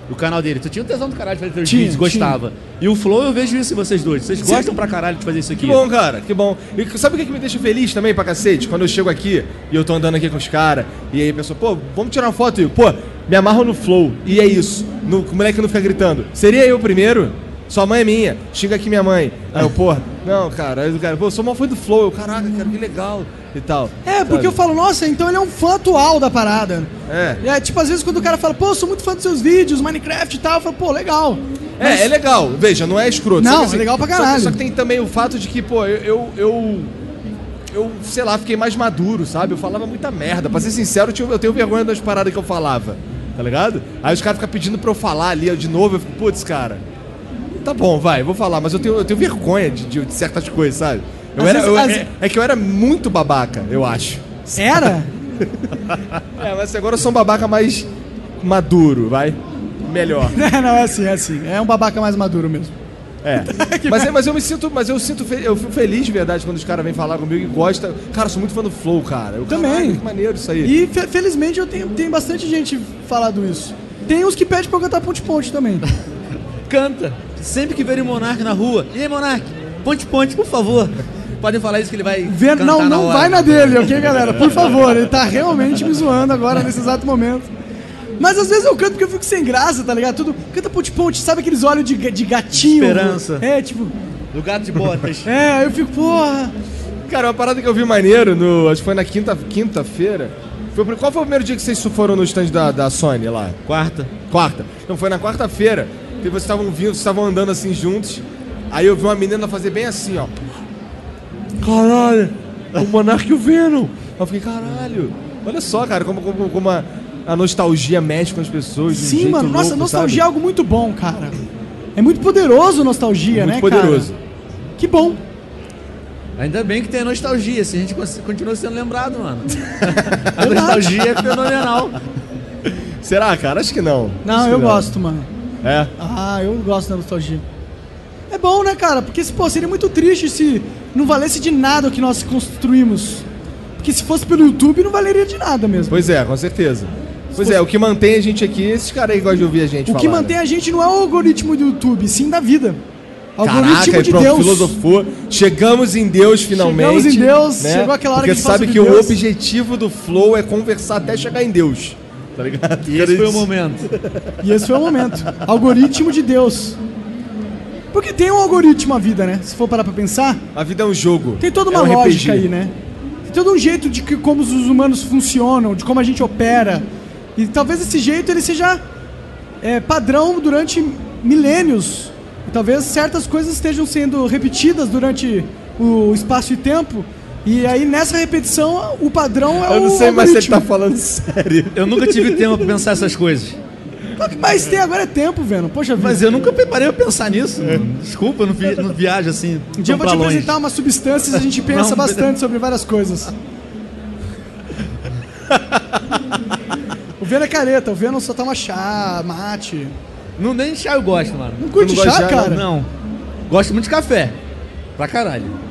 o canal dele, tu tinha o tesão do caralho de fazer teus
Tinha,
vídeos, gostava. E o Flow, eu vejo isso em vocês dois. Vocês gostam pra caralho de fazer isso aqui.
Que bom, cara, que bom. E sabe o que, que me deixa feliz também pra cacete? Quando eu chego aqui e eu tô andando aqui com os caras, e aí a pessoa, pô, vamos tirar uma foto, Igor. Pô, me amarro no flow. E é isso. No, o moleque não fica gritando. Seria eu primeiro? Sua mãe é minha. Chega aqui minha mãe. Aí eu, pô, não, cara. Aí o cara, pô, sou mal fã do flow. Eu, caraca, cara, que legal. E tal.
É, porque eu
Sabe?
falo, nossa, então ele é um fã atual da parada.
É.
É, tipo, às vezes quando o cara fala, pô, eu sou muito fã dos seus vídeos, Minecraft e tal, eu falo, pô, legal.
É, é legal. Veja, não é escroto.
Não,
Só que
é legal pra
só que-
caralho.
Só que tem também o fato de que, pô, eu. eu, eu... eu, sei lá, fiquei mais maduro, sabe? Eu falava muita merda. Pra ser sincero, eu, tinha- eu tenho vergonha das paradas que eu falava. Tá ligado? Aí os caras ficam pedindo pra eu falar ali de novo. Eu fico, putz, cara. Tá bom, vai, vou falar. Mas eu tenho, eu tenho vergonha de, de- de certas coisas, sabe? Eu
Às
era,
vezes-
eu-
às-
é, é que eu era muito babaca, eu acho.
Era?
É, mas agora eu sou um babaca mais maduro, vai? Melhor.
Não, não, é assim, é assim. É um babaca mais maduro mesmo.
É. mas, é- mas eu me sinto, mas eu sinto, fe- eu fico feliz de verdade quando os caras vêm falar comigo e gostam. Cara, eu sou muito fã do Flow, cara. Eu,
Também.
"Caralho, Que maneiro isso aí.
E fe- felizmente eu tenho, tem bastante gente falado isso. Tem uns que pedem pra eu cantar Ponte Ponte também.
Canta. Sempre que verem o Monark na rua. E aí, Monark? Ponte, ponte, por favor. Podem falar isso que ele vai.
Vê-
cantar
não, não
hora.
vai na dele, ok, galera? Por favor, ele tá realmente me zoando agora nesse exato momento. Mas às vezes eu canto porque eu fico sem graça, tá ligado? Tudo. Canta ponte ponte, sabe aqueles olhos de, ga- de gatinho?
Esperança.
É, tipo.
Do gato de botas.
É, aí eu fico, porra.
Cara, uma parada que eu vi maneiro, no, acho que foi na quinta- quinta-feira. Foi o prim- qual foi o primeiro dia que vocês foram no stand da, da Sony lá?
Quarta.
Quarta. Então foi na quarta-feira que vocês estavam vindo, vocês estavam andando assim juntos. Aí eu vi uma menina fazer bem assim, ó. Caralho, é o Monark e o Venom. Eu fiquei, caralho. Olha só, cara, como, como, como a, a nostalgia mexe com as pessoas. de um
Sim,
jeito
mano. Nossa,
louco,
nostalgia é
sabe?
algo muito bom, cara. É muito poderoso nostalgia,
Muito
né,
poderoso.
cara? Que bom.
Ainda bem que tem a nostalgia, se a gente cons- continua sendo lembrado, mano. a nostalgia é fenomenal.
Tá
Será, cara? Acho que não. Acho
Não,
que
eu gosto, mano.
É.
Ah, eu gosto da nostalgia. É bom, né, cara? Porque pô, seria muito triste se não valesse de nada o que nós construímos. Porque se fosse pelo YouTube, não valeria de nada mesmo.
Pois é, com certeza. Pois é, o que mantém a gente aqui, é esses caras aí que gostam de ouvir a gente
o
falar. né?
que mantém a gente não é o algoritmo do YouTube, sim da vida. Algoritmo
Caraca, e
de
pronto,
Deus.
filosofou. tipo Chegamos em Deus finalmente. né?
Chegamos em Deus, chegou aquela hora
Porque
que a gente fala
sabe
sobre
que o
Deus.
objetivo do Flow é conversar até chegar em Deus. Tá ligado?
E esse foi o momento.
E esse foi o momento. Algoritmo de Deus. Porque tem um algoritmo a vida, né? Se for parar pra pensar,
A vida é um jogo.
tem toda
é
uma
um
lógica
RPG.
aí, né? Tem todo um jeito de que, como os humanos funcionam, de como a gente opera. E talvez esse jeito ele seja é, padrão durante milênios. E talvez certas coisas estejam sendo repetidas durante o espaço e tempo. E aí nessa repetição o padrão é o
Eu não sei mais se ele
algoritmo.
tá falando
é
sério.
Eu nunca tive tempo pra pensar essas coisas.
tá
O que mais tem agora é tempo, velho. Poxa vida.
Mas eu nunca preparei pra pensar nisso. mano. Desculpa, eu não, vi, não viajo assim.
É. Um dia eu
tão
vou te
pra longe.
apresentar umas substâncias e a gente pensa
Não,
bastante sobre várias coisas. o Veno é careta, o Veno só toma chá, mate.
Não, nem chá eu gosto, mano.
Não curte
Eu não gosto
chá,
de chá,
cara?
Não. Gosto muito de café. Pra caralho.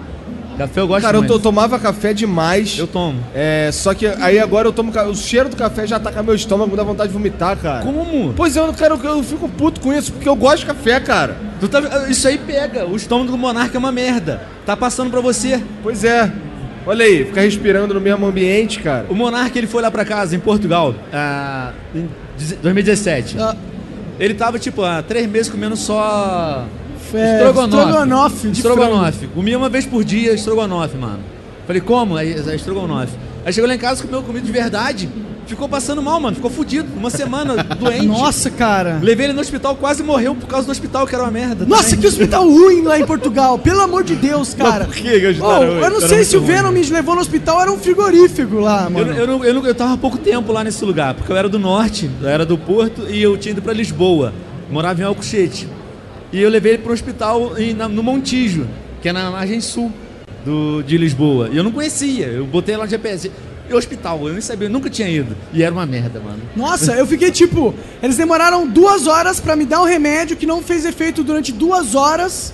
Café eu gosto
Cara, eu,
muito.
to- tomava café demais.
Eu tomo.
É, só que aí agora eu tomo. ca- O cheiro do café já ataca meu estômago, me dá vontade de vomitar, cara.
Como?
Pois é, eu, não quero- eu fico puto com isso, porque eu gosto de café, cara.
Tu tá- Isso aí pega. O estômago do monarca é uma merda. Tá passando pra você.
Pois é. Olha aí, ficar respirando no mesmo ambiente, cara.
O Monark ele foi lá pra casa, em Portugal, ah, em 2017.
Ah,
Ele tava, tipo, há três meses comendo só.
É, estrogonofe de
Estrogonofe. Comia uma vez por dia estrogonofe, mano. Falei, como? Aí, é estrogonofe. Aí chegou lá em casa, comeu comida de verdade. Ficou passando mal, mano. Ficou fudido. Uma semana doente.
nossa, cara.
Levei ele no hospital, quase morreu por causa do hospital, que era uma merda.
Nossa,
também.
que hospital ruim lá em Portugal. Pelo amor de Deus, cara.
Mas por que que
Oh,
ajudaram ele?
eu não sei
Era muito né?
se o
ruim.
Venom me levou no hospital, era um frigorífico lá,
Eu,
mano.
eu, não- eu, não- eu tava há pouco tempo lá nesse lugar, porque eu era do norte, eu era do Porto e eu tinha ido pra Lisboa. Morava em Alcochete. E eu levei ele pro hospital em- na- no Montijo, que é na margem sul do, de Lisboa. E eu não conhecia, eu botei lá no GPS. E o hospital, eu nem sabia, eu nunca tinha ido. E era uma merda, mano.
Nossa, eu fiquei tipo, eles demoraram duas horas pra me dar um remédio que não fez efeito durante duas horas.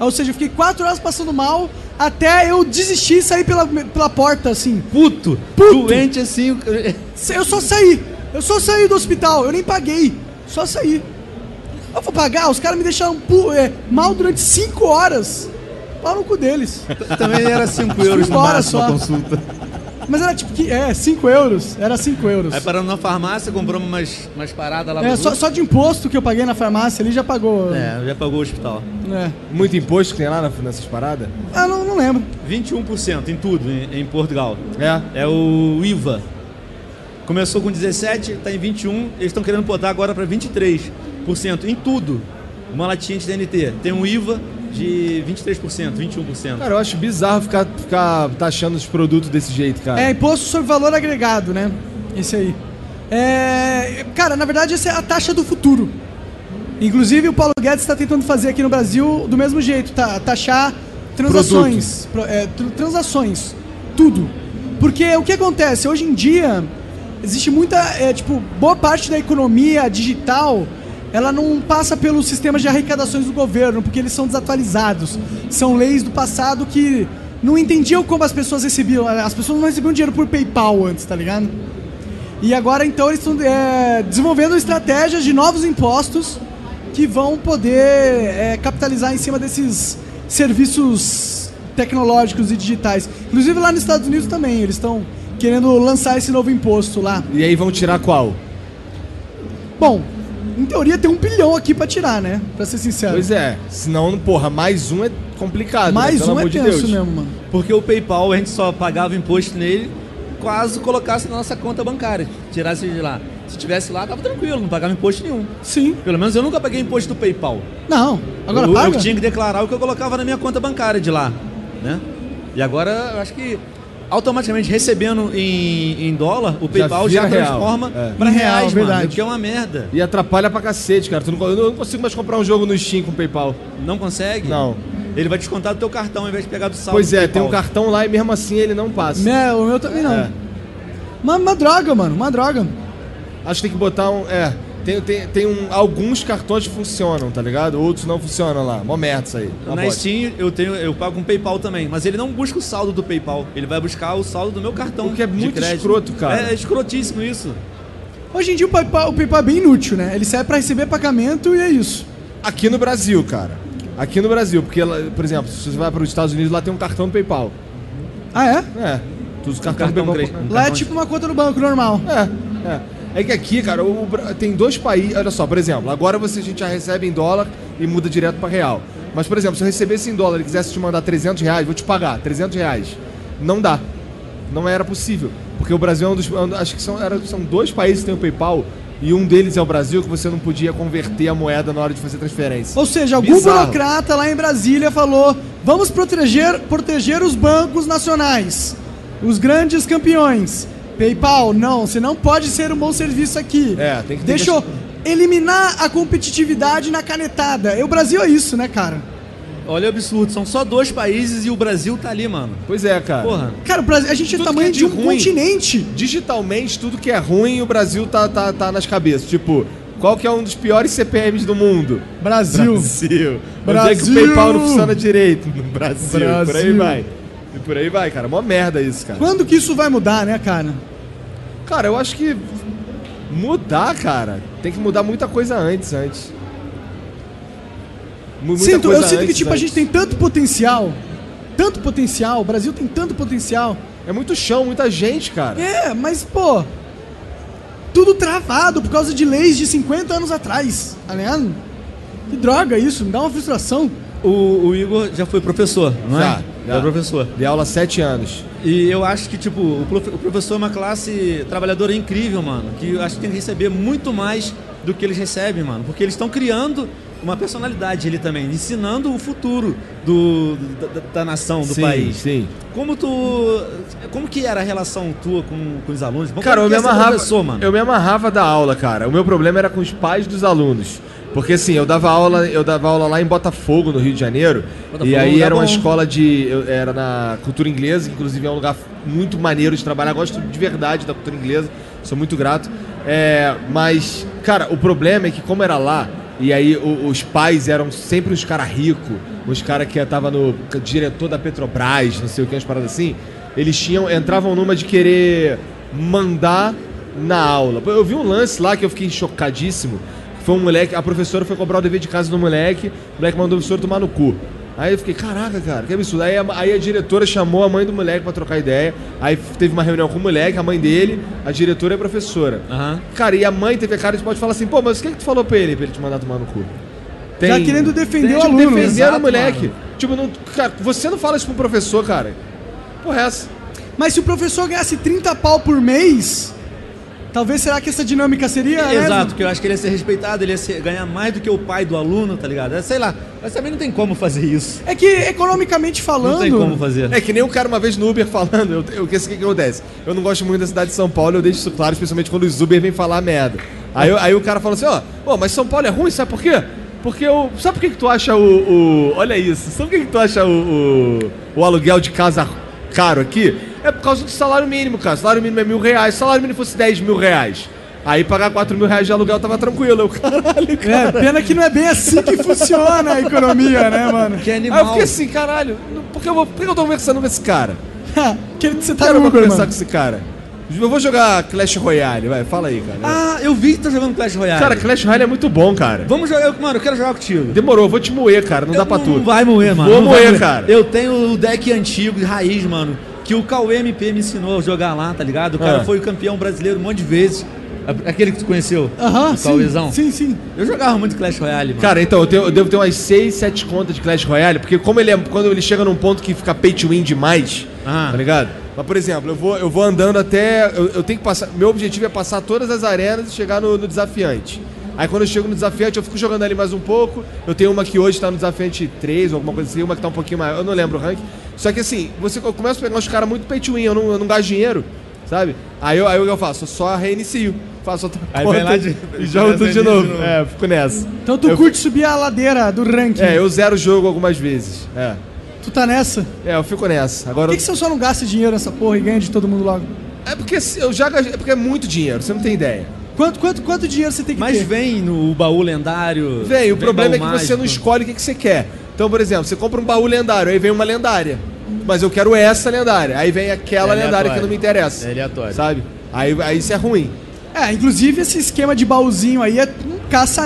Ou seja, eu fiquei quatro horas passando mal até eu desistir e sair pela, pela porta, assim.
Puto,
Puto.
doente assim. o-
Eu só saí. Eu só saí do hospital. Eu nem paguei. Só saí. Eu vou pagar? Os caras me deixaram pu- é, mal durante cinco horas. Pau no cu deles.
Também era 5 euros no
Fora
máximo a
só.
consulta.
Mas era tipo, que, é, cinco euros. Era cinco euros.
Aí paramos na farmácia, compramos umas, umas paradas lá.
É,
pra-
só, só de imposto que eu paguei na farmácia ali já pagou. né? É.
é já pagou o hospital.
Muito imposto que tem lá na- nessas paradas?
Ah, não, não lembro.
21% em tudo em, em Portugal.
É.
É o IVA. Começou com 17, está em 21, eles estão querendo botar agora para 23% em tudo. Uma latinha de TNT tem um IVA de 23%, 21%.
Cara, eu acho bizarro ficar, ficar taxando os produtos desse jeito, cara.
É, imposto sobre valor agregado, né? Esse aí. É, cara, na verdade, essa é a taxa do futuro. Inclusive, o Paulo Guedes está tentando fazer aqui no Brasil do mesmo jeito, tá? Taxar transações. Pro- é, tr- transações. Tudo. Porque o que acontece? Hoje em dia, existe muita. é, tipo, boa parte da economia digital ela não passa pelo sistema de arrecadações do governo, porque eles são desatualizados. São leis do passado que não entendiam como as pessoas recebiam. As pessoas não recebiam dinheiro por PayPal antes, tá ligado? E agora então eles estão é, desenvolvendo estratégias de novos impostos que vão poder é, capitalizar em cima desses serviços tecnológicos e digitais. Inclusive lá nos Estados Unidos também, eles estão querendo lançar esse novo imposto lá.
E aí vão tirar qual?
Bom, em teoria tem um bilhão aqui pra tirar, né? Pra ser sincero.
Pois é, senão, porra, mais um é complicado. né?
Mais
Pelo
um é
amor de
tenso
Deus.
mesmo, mano.
Porque o PayPal a gente só pagava imposto nele quase colocasse na nossa conta bancária, tirasse de lá. Se tivesse lá, tava tranquilo, não pagava imposto nenhum.
Sim.
Pelo menos eu nunca paguei imposto do PayPal.
Não. Agora
eu,
paga?
eu tinha que declarar o que eu colocava na minha conta bancária de lá, né? E agora eu acho que automaticamente recebendo em, em dólar, o PayPal já,
vira real.
transforma
É.
pra
Em real,
reais,
verdade.
mano, o que é uma merda.
E atrapalha pra cacete, cara. Tu não, eu não consigo mais comprar um jogo no Steam com PayPal.
Tá
Não consegue?
Não.
Ele vai descontar do teu cartão ao invés de pegar do saldo.
pois
do
é, tem um
PayPal.
cartão lá e mesmo assim ele não passa.
Né, o meu também não.
É.
Uma, uma droga, mano, uma droga.
Acho que tem que botar um. É. Tem, tem, tem um, alguns cartões que funcionam, tá ligado? Outros não funcionam lá. Mó merda isso aí.
é
Uma
Na
bosta.
Steam eu, tenho, eu pago com PayPal também, mas ele não busca o saldo do PayPal, ele vai buscar o saldo do meu cartão.
O que é
de
muito
crédito.
escroto, cara.
É, é escrotíssimo isso.
Hoje em dia o PayPal, o PayPal é bem inútil, né? Ele serve pra receber pagamento e é isso.
Aqui no Brasil, cara. Aqui no Brasil, porque, lá, por exemplo, se você vai para os Estados Unidos, lá tem um cartão do PayPal.
Ah, é?
É. Tu usa o cartão,
cartão
do PayPal.
cre-
pra-
Lá
um
é
cartão de-
tipo uma conta no banco normal.
É, é. É que aqui, cara, o Bra- tem dois países. Olha só, por exemplo, agora você, a gente já recebe em dólar e muda direto pra real. Mas, por exemplo, se eu recebesse em dólar e quisesse te mandar 300 reais, vou te pagar 300 reais. Não dá. Não era possível. Porque o Brasil é um dos. é um- Acho que são, era- são dois países que tem o PayPal e um deles é o Brasil, que você não podia converter a moeda na hora de fazer transferência.
Ou seja, algum
Bizarro.
burocrata lá em Brasília falou: vamos proteger, proteger os bancos nacionais, os grandes campeões. PayPal, não, você não pode ser um bom serviço aqui.
É, tem que ter
Deixa eu eliminar a competitividade na canetada. E o Brasil é isso, né, cara?
Olha o absurdo, são só dois países e o Brasil tá ali, mano.
Pois é, cara.
Porra.
Cara, o Brasil, a gente é
Tudo
o tamanho
que
de,
é de
um
ruim.
continente.
Digitalmente, tudo que é ruim, o Brasil tá, tá, tá nas cabeças. Tipo, qual que é um dos piores CPMs do mundo?
Brasil.
Brasil. Onde é que o
Brasil.
PayPal não funciona direito? No Brasil. Por aí
Brasil.
vai. E por aí vai, cara. Mó merda isso, cara.
Quando que isso vai mudar, né, cara?
Cara, eu acho que mudar, cara, tem que mudar muita coisa antes, antes. Mu- muita
Sinto, eu
coisa
sinto que
antes,
né?
tipo, a
antes.
gente tem tanto potencial. Tanto potencial, o Brasil tem tanto potencial.
É muito chão, muita gente, cara.
É, mas pô. Tudo travado por causa de leis de 50 anos atrás, tá ligado? Que droga isso, me dá uma frustração.
O, o Igor já foi professor, não é?
Já, já.
É professor.
De aula há sete anos.
E eu acho que, tipo, o, prof- o professor é uma classe trabalhadora incrível, mano. Que eu acho que tem que receber muito mais do que eles recebem, mano. Porque eles estão criando uma personalidade ali também, ensinando o futuro do, da, da- da nação, do
sim,
país.
Sim.
Como tu. Como que era a relação tua com, com os alunos? Como
Cara, eu
que
me
é ser
amarrava.
professor, mano.
Eu me amarrava da aula, cara. O meu problema era com os pais dos alunos. Porque assim, eu dava aula, eu dava aula lá em Botafogo, no Rio de Janeiro.
Botafogo
e
é um
aí
lugar
era uma
bom.
escola de. eu- era na cultura inglesa, que inclusive é um lugar muito maneiro de trabalhar. Gosto de verdade da cultura inglesa, sou muito grato. É, mas, cara, o problema é que como era lá, e aí o- os pais eram sempre uns caras ricos, os caras que tava no diretor da Petrobras, não sei o que, umas paradas assim, eles tinham, entravam numa de querer mandar na aula. Pô, Eu vi um lance lá que eu fiquei chocadíssimo. Foi um moleque, a professora foi cobrar o dever de casa do moleque, o moleque mandou o professor tomar no cu. Aí eu fiquei, caraca, cara, que absurdo. Aí a, aí a diretora chamou a mãe do moleque pra trocar ideia. Aí f- teve uma reunião com o moleque, a mãe dele, a diretora e a professora.
Aham.
Cara, e a mãe teve a cara de pode falar assim, pô, mas o que, é que tu falou pra ele pra ele te mandar tomar no cu? Tem...
Já querendo defender
Tem,
o
tipo,
aluno. né?
defenderam
Exato,
o moleque.
mano.
Tipo, não, cara, você não fala isso pro professor, cara. Porra, é essa.
Mas se o professor ganhasse 30 pau por mês, talvez será que essa dinâmica
É,
seria. né?
Exato, porque eu acho que ele ia ser respeitado, ele ia ser- ganhar mais do que o pai do aluno, tá ligado? É, Sei lá, mas também não tem como fazer isso.
É que economicamente falando.
Não tem como fazer.
É que nem o cara uma vez no Uber falando, eu, eu, o que, o que que acontece? Eu não gosto muito da cidade de São Paulo, eu deixo isso claro, especialmente quando os Uber vêm falar merda. Aí, eu- aí o cara fala assim, ó, pô, mas São Paulo é ruim, sabe por quê? Porque o. Sabe por que, que tu acha o, o- Olha isso, sabe por que, que tu acha o, o, o aluguel de casa caro aqui? É por causa do salário mínimo, cara. O salário mínimo é mil reais, se o salário mínimo fosse 10 mil reais. Aí pagar 4 mil reais de aluguel tava tranquilo. Eu, caralho, cara.
É, pena que não é bem assim que funciona a economia, né, mano?
Que
Aí eu
animal.
fiquei assim, caralho, não- por que eu, vou, por que eu tô conversando com esse cara?
que você
Por que
tá
eu
no
vou
Uber,
conversar com
mano.
esse cara? Eu vou jogar Clash Royale, vai, fala aí, cara.
Ah, eu vi que tá jogando Clash Royale.
cara, Clash Royale é muito bom, cara.
Vamos jogar, eu- mano, eu quero jogar contigo.
Demorou, vou te moer, cara, não dá pra
não
tudo.
vai moer, mano.
Vou
não vai
moer, cara.
Eu tenho o deck antigo, de raiz, mano, que o Cauê MP me ensinou a jogar lá, tá ligado? O cara
Ah.
foi campeão brasileiro um monte de vezes. A- Aquele que tu conheceu,
Aham,
o
sim,
Cauêzão.
sim, sim.
Eu jogava muito Clash Royale, mano.
Cara, então, eu, tenho- eu devo ter umas 6, 7 contas de Clash Royale, porque como ele é, quando ele chega num ponto que fica pay to win demais,
Ah.
tá ligado? Mas, por exemplo, eu vou, eu vou andando até. Eu, eu tenho que passar. Meu objetivo é passar todas as arenas e chegar no, no desafiante. Aí quando eu chego no desafiante, eu fico jogando ali mais um pouco. Eu tenho uma que hoje tá no desafiante 3 ou alguma coisa assim, uma que tá um pouquinho maior, eu não lembro o rank. Só que assim, você eu começo a pegar uns caras muito pay to win, eu não, eu não gasto dinheiro, sabe? Aí eu, aí eu, eu faço, eu só reinicio. Faço outra
Aí vem lá de-
e jogo tudo de
de
novo.
novo.
É, fico nessa.
Então tu
Eu-
curte subir a ladeira do ranking.
É, eu zero o jogo algumas vezes. É.
Tu tá nessa?
É, eu fico nessa. Agora.
Por que, que você só não gasta dinheiro nessa porra e ganha de todo mundo logo?
É porque se- eu já gastei- É porque é muito dinheiro, você não tem ideia.
Quanto, quanto, quanto dinheiro você tem que
Mas
ter?
vem no baú lendário.
Véi, é? o problema é que
baú
você não
mágico.
escolhe o que, que você quer. Então, por exemplo, você compra um baú lendário, aí vem uma lendária. Mas eu quero essa lendária. Aí vem aquela
É
lendária
aleatório.
que não me interessa.
É aleatório.
Sabe? Aí, aí isso é ruim.
É, inclusive esse esquema de baúzinho aí é um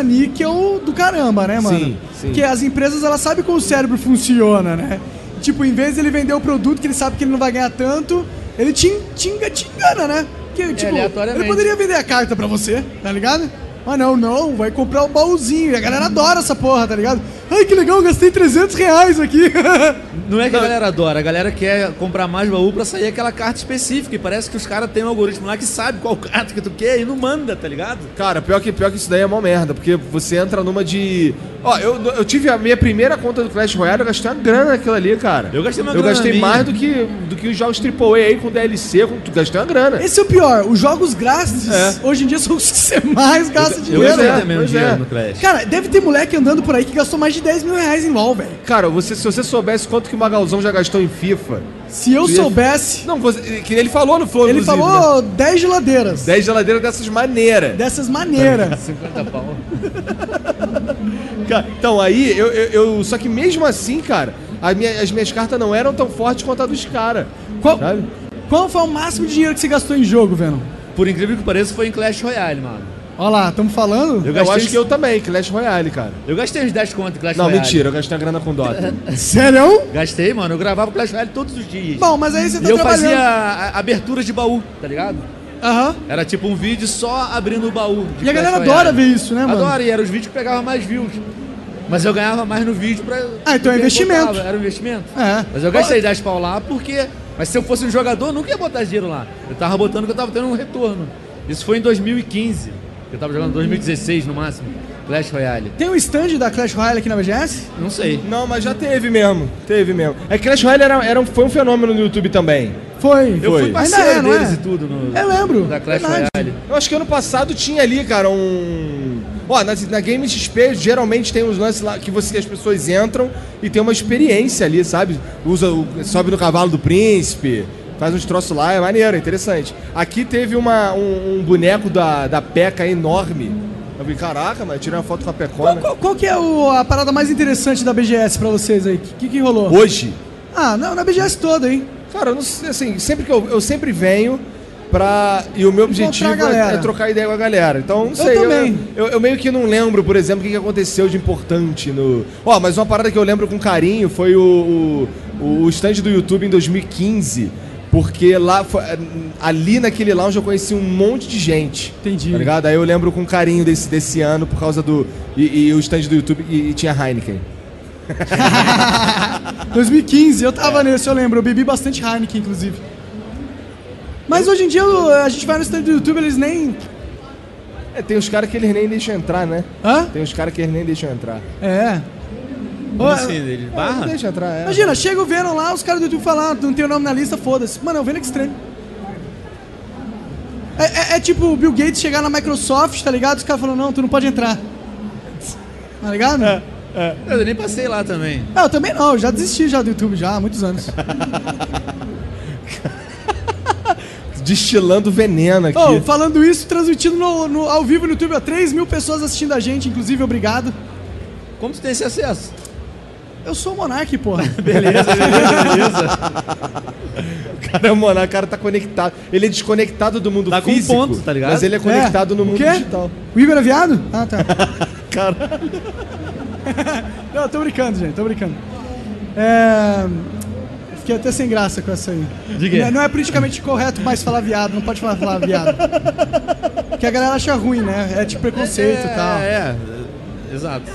caça-níquel do caramba, né, mano?
Sim, sim.
Porque as empresas, elas sabem como o cérebro funciona, né? Tipo, em vez de ele vender o produto que ele sabe que ele não vai ganhar tanto, ele te, en- te, enga- te engana, né? Porque, tipo,
aleatoriamente.
ele poderia vender a carta pra você, tá ligado? Mas não, não, vai comprar o baúzinho. E a galera adora essa porra, tá ligado? Ai, que legal, gastei 300 reais aqui.
Não é que
Não.
a galera adora, a galera quer comprar mais baú pra sair aquela carta específica. E parece que os caras têm um algoritmo lá que sabe qual carta que tu quer e não manda, tá ligado?
Cara, pior que, pior que isso daí é uma merda, porque você entra numa de. Ó, eu, eu tive a minha primeira conta do Clash Royale, eu gastei uma grana naquilo ali, cara.
Eu gastei uma
Eu
grana
gastei
minha.
mais do que, do que os jogos AAA aí com DLC, com, tu gastei uma grana.
Esse é o pior. Os jogos grátis,
É.
hoje em dia, são os que você mais gasta
Eu
dinheiro.
gastei
né?
também um
pois
dinheiro
é.
no Clash.
Cara, deve ter moleque andando por aí que gastou mais de 10 mil reais em LOL, velho.
Cara, você, se você soubesse quanto que o Magalzão já gastou em FIFA.
Se eu
Tu ia-
soubesse,
Não, você, que ele falou no Flow,
ele
inclusive, Né?
falou 10 geladeiras.
10 geladeiras dessas maneiras.
Dessas maneiras.
50 pau.
Cara, Então, aí, eu, eu, eu- Só que mesmo assim, cara, a minha- as minhas cartas não eram tão fortes quanto a dos caras.
Qual,
Sabe?
qual foi o máximo de dinheiro que você gastou em jogo, Venom?
Por incrível que pareça, foi em Clash Royale, mano.
Olha lá, estamos falando?
Eu,
gastei
acho
uns-
que eu também, Clash Royale, cara.
Eu gastei uns 10 conto em Clash
Não,
Royale.
mentira, eu gastei a grana com Dota.
Sério?
Gastei, mano. Eu gravava Clash Royale todos os dias.
Bom, mas aí você
e
tá
eu
trabalhando.
fazia a- a- aberturas de baú, tá ligado?
Aham.
Era tipo um vídeo só abrindo o baú. de
E a
Clash
galera
Royale.
adora ver isso, né, mano?
Adora, e eram os vídeos que pegavam mais views. Mas eu ganhava mais no vídeo pra.
Ah, então é
do que eu
investimento.
botava. Era um investimento.
É.
Mas eu gastei 10 pau lá porque. Mas se eu fosse um jogador, eu nunca ia botar dinheiro lá. Eu tava botando que eu tava tendo um retorno. Isso foi em 2015. Eu tava jogando em 2016 no máximo. Clash Royale.
Tem um stand da Clash Royale aqui na BGS?
Não sei.
não, mas já teve mesmo. Teve mesmo. É que Clash Royale era, era um- foi um fenômeno no YouTube também.
Foi.
Eu
Foi.
fui parceiro
Ainda é, não
deles
é?
e tudo. No,
Eu lembro.
Da Clash
Verdade.
Royale.
Eu acho que ano passado tinha ali, cara, um. Ó, na, na Game XP geralmente tem uns lances lá que você, as pessoas entram e tem uma experiência ali, sabe? Usa, o- sobe no cavalo do príncipe, faz uns troços lá, é maneiro, é interessante. Aqui teve uma, um, um boneco da, da Peca enorme. Eu falei, caraca, mas eu tirei uma foto com a
Qual,
Pecona.
qual- qual que é o- a parada mais interessante da BGS pra vocês aí? O que, que, que rolou?
Hoje,
Ah, não, na BGS toda, hein?
Cara, eu não sei, assim, sempre que eu, eu sempre venho pra. E o meu objetivo
a galera.
é, é trocar ideia com a galera. Então, não sei.
também.
Eu, eu meio que não lembro, por exemplo, o que que aconteceu de importante no. Ó, mas uma parada que eu lembro com carinho foi o, o, o stand do YouTube em 2015. Porque lá foi- ali naquele lounge eu conheci um monte de gente.
Entendi.
Tá ligado? Aí eu lembro com carinho desse, desse ano por causa do. E, e o stand do YouTube e, e tinha Heineken.
2015, eu tava nesse, eu lembro. Eu bebi bastante Heineken, inclusive. Mas hoje em dia eu- a gente vai no stand do YouTube, eles nem.
É, tem os caras que eles nem deixam entrar, né?
Hã?
Tem os caras que eles nem deixam entrar.
É.
Como assim, ele barra?
Deixa entrar, é.
Imagina, chega o Venom lá, os caras do YouTube falam, ah, não tem o nome na lista, foda-se. Mano, é o Venom estranho. É, é- é tipo o Bill Gates chegar na Microsoft, tá ligado? Os caras falam, não, tu não pode entrar. Tá ligado? É.
Eu nem passei lá também.
eu também não, eu já desisti já do YouTube já há muitos anos.
destilando veneno aqui.
Ô, falando isso, transmitindo no, no- ao vivo no YouTube, ó, 3 mil pessoas assistindo a gente, inclusive, obrigado.
Como tu tem esse acesso?
Eu sou o Monark, porra.
cara, é, mano, o cara tá conectado. Ele é desconectado do mundo
Tá com
físico.
ponto, tá ligado?
Mas ele é conectado
É.
no
O
mundo
quê?
digital.
O Igor é viado? Ah, tá.
Cara,
Não, tô brincando, gente, tô brincando. É... Fiquei até sem graça com essa aí.
Diga aí.
Não, é- não é politicamente correto mais falar viado, não pode falar, falar viado. Porque a galera acha ruim, né? É tipo preconceito e
é,
tal.
É, é, exato.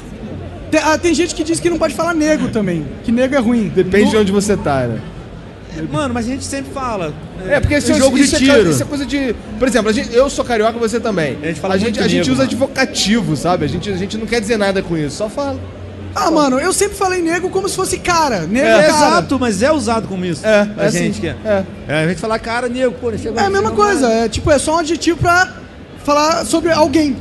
Tem, ah, tem gente que diz que não pode falar negro também, que negro é ruim.
depende
No-
de onde você tá, né?
Mano, mas a gente sempre fala.
É, porque esse
é jogo de
isso É,
tiro.
coisa- isso é coisa de. Por exemplo, a gente- eu sou carioca você também.
A gente fala
a gente,
muito
a gente
negro,
usa
mano.
advocativo, sabe? A gente, a gente não quer dizer nada com isso, só fala.
Ah, mano, eu sempre falei negro como se fosse cara. Negro é, cara.
É, exato, mas é usado como isso.
É,
a
é
gente
assim,
que
é.
é. é. A gente fala, cara, nego, pô, chegou
É a mesma coisa, é tipo, é só um adjetivo pra falar sobre alguém.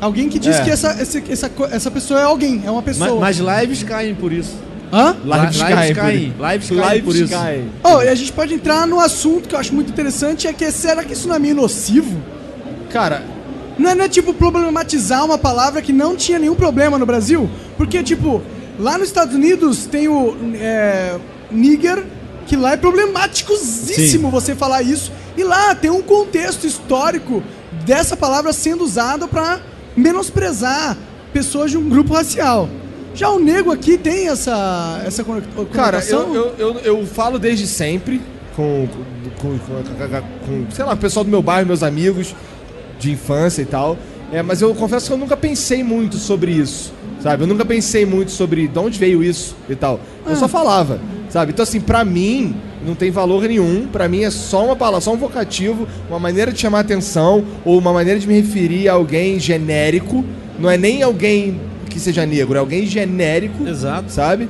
Alguém que diz
É.
que essa, esse- essa, co- essa pessoa é alguém, é uma
Mas,
pessoa.
mas lives caem por isso.
Hã?
Lives
Li-
caem
lives
por
caem.
isso.
Lives caem por isso.
Caem.
Oh, e a gente pode entrar no assunto que eu acho muito interessante, é que será que isso não é meio nocivo?
Cara,
Não é, não é, tipo problematizar uma palavra que não tinha nenhum problema no Brasil? Porque, tipo, lá nos Estados Unidos tem o é, nigger, que lá é problematicosíssimo você falar isso. E lá tem um contexto histórico dessa palavra sendo usada pra menosprezar pessoas de um grupo racial. Já o nego aqui tem essa, essa cono-
Cara,
conotação?
eu, eu, eu, eu falo desde sempre com, com, com, com- com, sei lá, o pessoal do meu bairro, meus amigos de infância e tal. É, mas eu confesso que eu nunca pensei muito sobre isso, sabe? Eu nunca pensei muito sobre de onde veio isso e tal. Eu só falava, sabe? Então, assim, pra mim, não tem valor nenhum. Pra mim é só uma palavra, só um vocativo, uma maneira de chamar atenção ou uma maneira de me referir a alguém genérico. Não é nem alguém que seja negro, é alguém genérico
Exato.
sabe?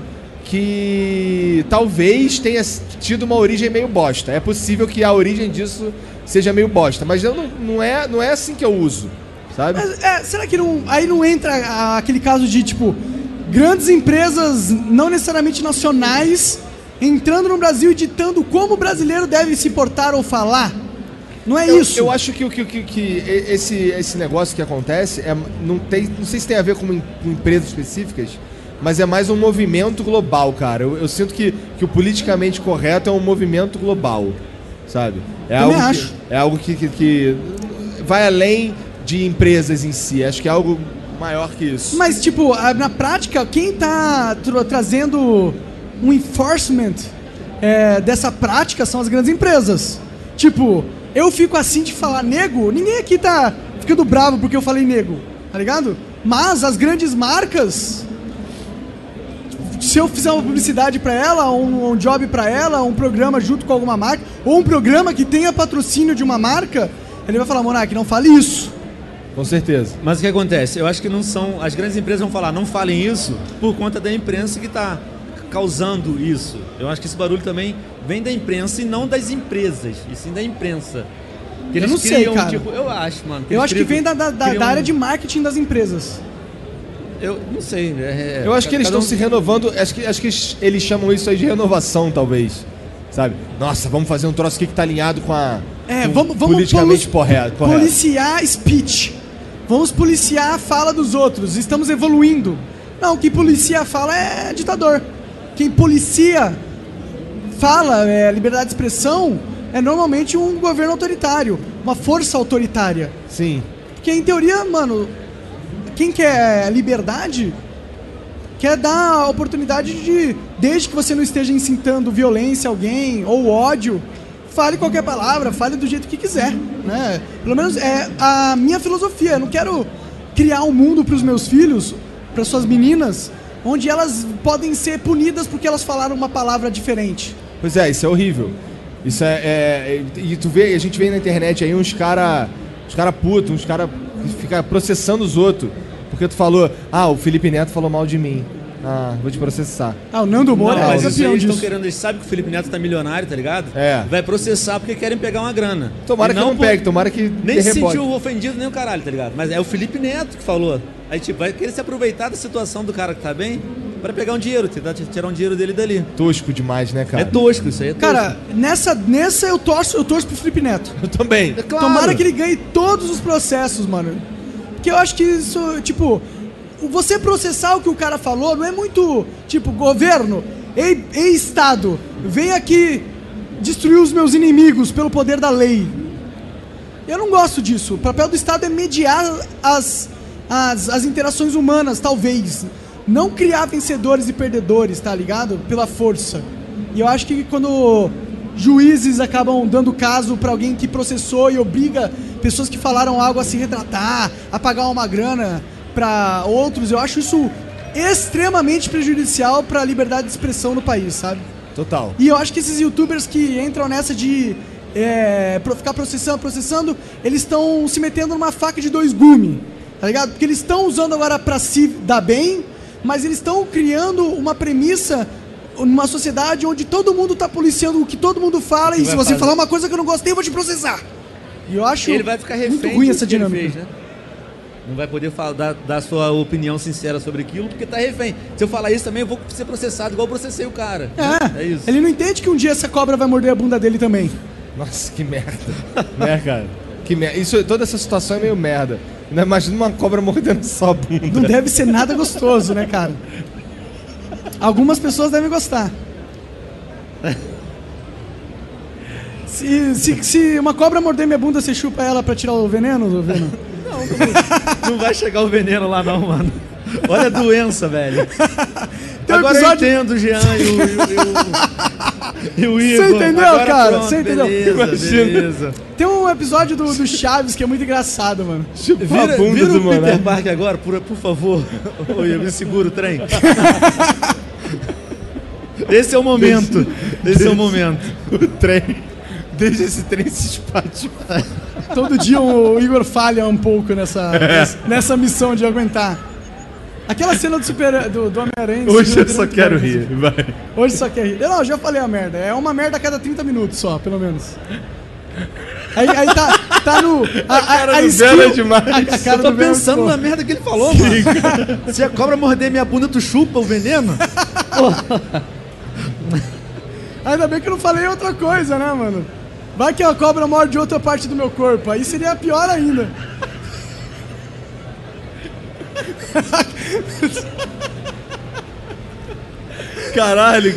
Que talvez tenha tido uma origem meio bosta. É possível que a origem disso seja meio bosta, mas eu não, não, é, não é assim que eu uso, sabe?
Mas, é, será que não, aí não entra a- aquele caso de, tipo, grandes empresas, não necessariamente nacionais, entrando no Brasil e ditando como o brasileiro deve se portar ou falar? Não é
Eu-
isso?
Eu, acho que, o que, que, que e- esse, esse negócio que acontece é, não, tem, não sei se tem a ver com, em- com empresas específicas, mas é mais um movimento global, cara. Eu, eu sinto que, que o politicamente correto é um movimento global, sabe? É
Também
algo, que-
acho.
é algo que, que, que vai além de empresas em si. Acho que é algo maior que isso.
Mas, tipo, a- na prática, quem tá tra- trazendo um enforcement é, dessa prática são as grandes empresas. Tipo, eu fico assim de falar nego, ninguém aqui tá ficando bravo porque eu falei nego, tá ligado? Mas as grandes marcas, se eu fizer uma publicidade pra ela, um, um job pra ela, um programa junto com alguma marca, ou um programa que tenha patrocínio de uma marca, ele vai falar, Monark, não fale isso.
Com certeza.
Mas o que acontece? Eu acho que não são. As grandes empresas vão falar, não falem isso, por conta da imprensa que está causando isso. Eu acho que esse barulho também vem da imprensa e não das empresas, e sim da imprensa. Que
Eu
eles
não sei,
criam,
cara.
tipo, eu acho, mano.
Eu
eles
acho que vem
criam-
da- da- da-
criam-
da área de marketing das empresas.
Eu não sei. é-
Eu acho que eles
cada
estão
um-
se renovando, acho que, acho que eles- eles chamam isso aí de renovação, talvez. Sabe? Nossa, vamos fazer um troço aqui que tá alinhado com a.
É,
com
vamos, vamos
politicamente
poli-
correto. correto.
policiar speech. Vamos policiar a fala dos outros. Estamos evoluindo. Não, quem policia a fala é ditador. Quem policia fala, é, liberdade de expressão, é normalmente um governo autoritário, uma força autoritária.
Sim.
Porque em teoria, mano, quem quer liberdade quer dar a oportunidade de, desde que você não esteja incitando violência a alguém ou ódio, fale qualquer palavra, fale do jeito que quiser, né? Pelo menos é a minha filosofia. Eu não quero criar um mundo para os meus filhos, para suas meninas, onde elas podem ser punidas porque elas falaram uma palavra diferente.
Pois é, isso é horrível. Isso é. é- é- e tu vê, a gente vê na internet aí uns cara. Uns cara puto, uns cara que fica processando os outros. Porque tu falou, ah, o Felipe Neto falou mal de mim. Ah, vou te processar.
Ah, o Nando
Não,
Moura é
mas isso aí
campeão
eles estão
disso.
querendo, eles sabem que o Felipe Neto tá milionário, tá ligado?
É.
Vai processar porque querem pegar uma grana.
Tomara
E
que não
por-
pegue, tomara que.
Nem
dê
se
rebote.
sentiu ofendido nem o caralho, tá ligado? Mas é o Felipe Neto que falou. Aí, tipo, vai querer se aproveitar da situação do cara que tá bem pra pegar um dinheiro, tentar t- tirar um dinheiro dele dali.
Tosco demais, né, cara?
É tosco, isso aí é tosco.
Cara, nessa, nessa eu torço, eu torço pro Felipe Neto.
eu também.
é Claro.
Tomara que ele ganhe todos os processos, mano. Porque eu acho que isso, tipo, você processar o que o cara falou não é muito, tipo, governo, é ei, ei Estado, vem aqui destruir os meus inimigos pelo poder da lei. Eu não gosto disso. O papel do Estado é mediar as, as, as interações humanas, talvez. Não criar vencedores e perdedores, tá ligado? Pela força. E eu acho que quando juízes acabam dando caso pra alguém que processou e obriga pessoas que falaram algo a se retratar, a pagar uma grana pra outros, eu acho isso extremamente prejudicial pra liberdade de expressão no país, sabe?
Total.
E eu acho que esses youtubers que entram nessa de é, pro- ficar processando, processando, eles estão se metendo numa faca de dois gumes, tá ligado? Porque eles estão usando agora pra se dar bem, mas eles estão criando uma premissa numa sociedade onde todo mundo tá policiando o que todo mundo fala e
vai
se você
fazer.
falar uma coisa que eu não gostei, eu vou te processar. E eu acho
Ele vai ficar refém
muito ruim
do
essa
que ele
dinâmica.
fez, né? Não vai poder falar, dar, dar sua opinião sincera sobre aquilo, porque tá refém. Se eu falar isso também, eu vou ser processado, igual eu processei o cara.
É,
É isso.
ele não entende que um dia essa cobra vai morder a bunda dele também.
Nossa, que merda.
né, cara?
Que merda. Isso, toda essa situação é meio merda. Ainda imagina uma cobra mordendo só a bunda.
Não deve ser nada gostoso, né, cara? Algumas pessoas devem gostar. Se, se, se uma cobra morder minha bunda, você chupa ela pra tirar o veneno, do veneno?
Não vai chegar o veneno lá não, mano. Olha a doença, velho.
Tem um
Agora
episódio-
eu entendo o Jean e o, e o, e o
Você
Igor.
entendeu,
Agora
cara?
pronto,
Você entendeu?
Beleza,
Imagina.
beleza.
Tem um episódio do, do Chaves que é muito engraçado, mano.
Tipo
Vira, vira o Peter Parker agora, por, por favor. Ô, Igor, me segura o trem. Esse é o momento. Esse é o momento.
O trem. Deixa esse trem se espatifar.
Todo dia o Igor falha um pouco nessa, nessa missão de aguentar. Aquela cena do, super, do, do Homem-Aranha.
Hoje
do-
eu só quero rir. Vai.
Hoje só quer rir. Não, eu já falei a merda. É uma merda a cada 30 minutos só, pelo menos. Aí, aí tá, tá no. A, a, a,
do
skill-
Belo é demais.
a- a cara
Eu tô
do Belo é
pensando
muito
na merda que ele falou, mano. Se a cobra morder minha bunda, tu chupa o veneno?
boa. Ainda bem que eu não falei outra coisa, né, mano? Vai que a cobra morde outra parte do meu corpo. Aí seria pior ainda.
Caralho.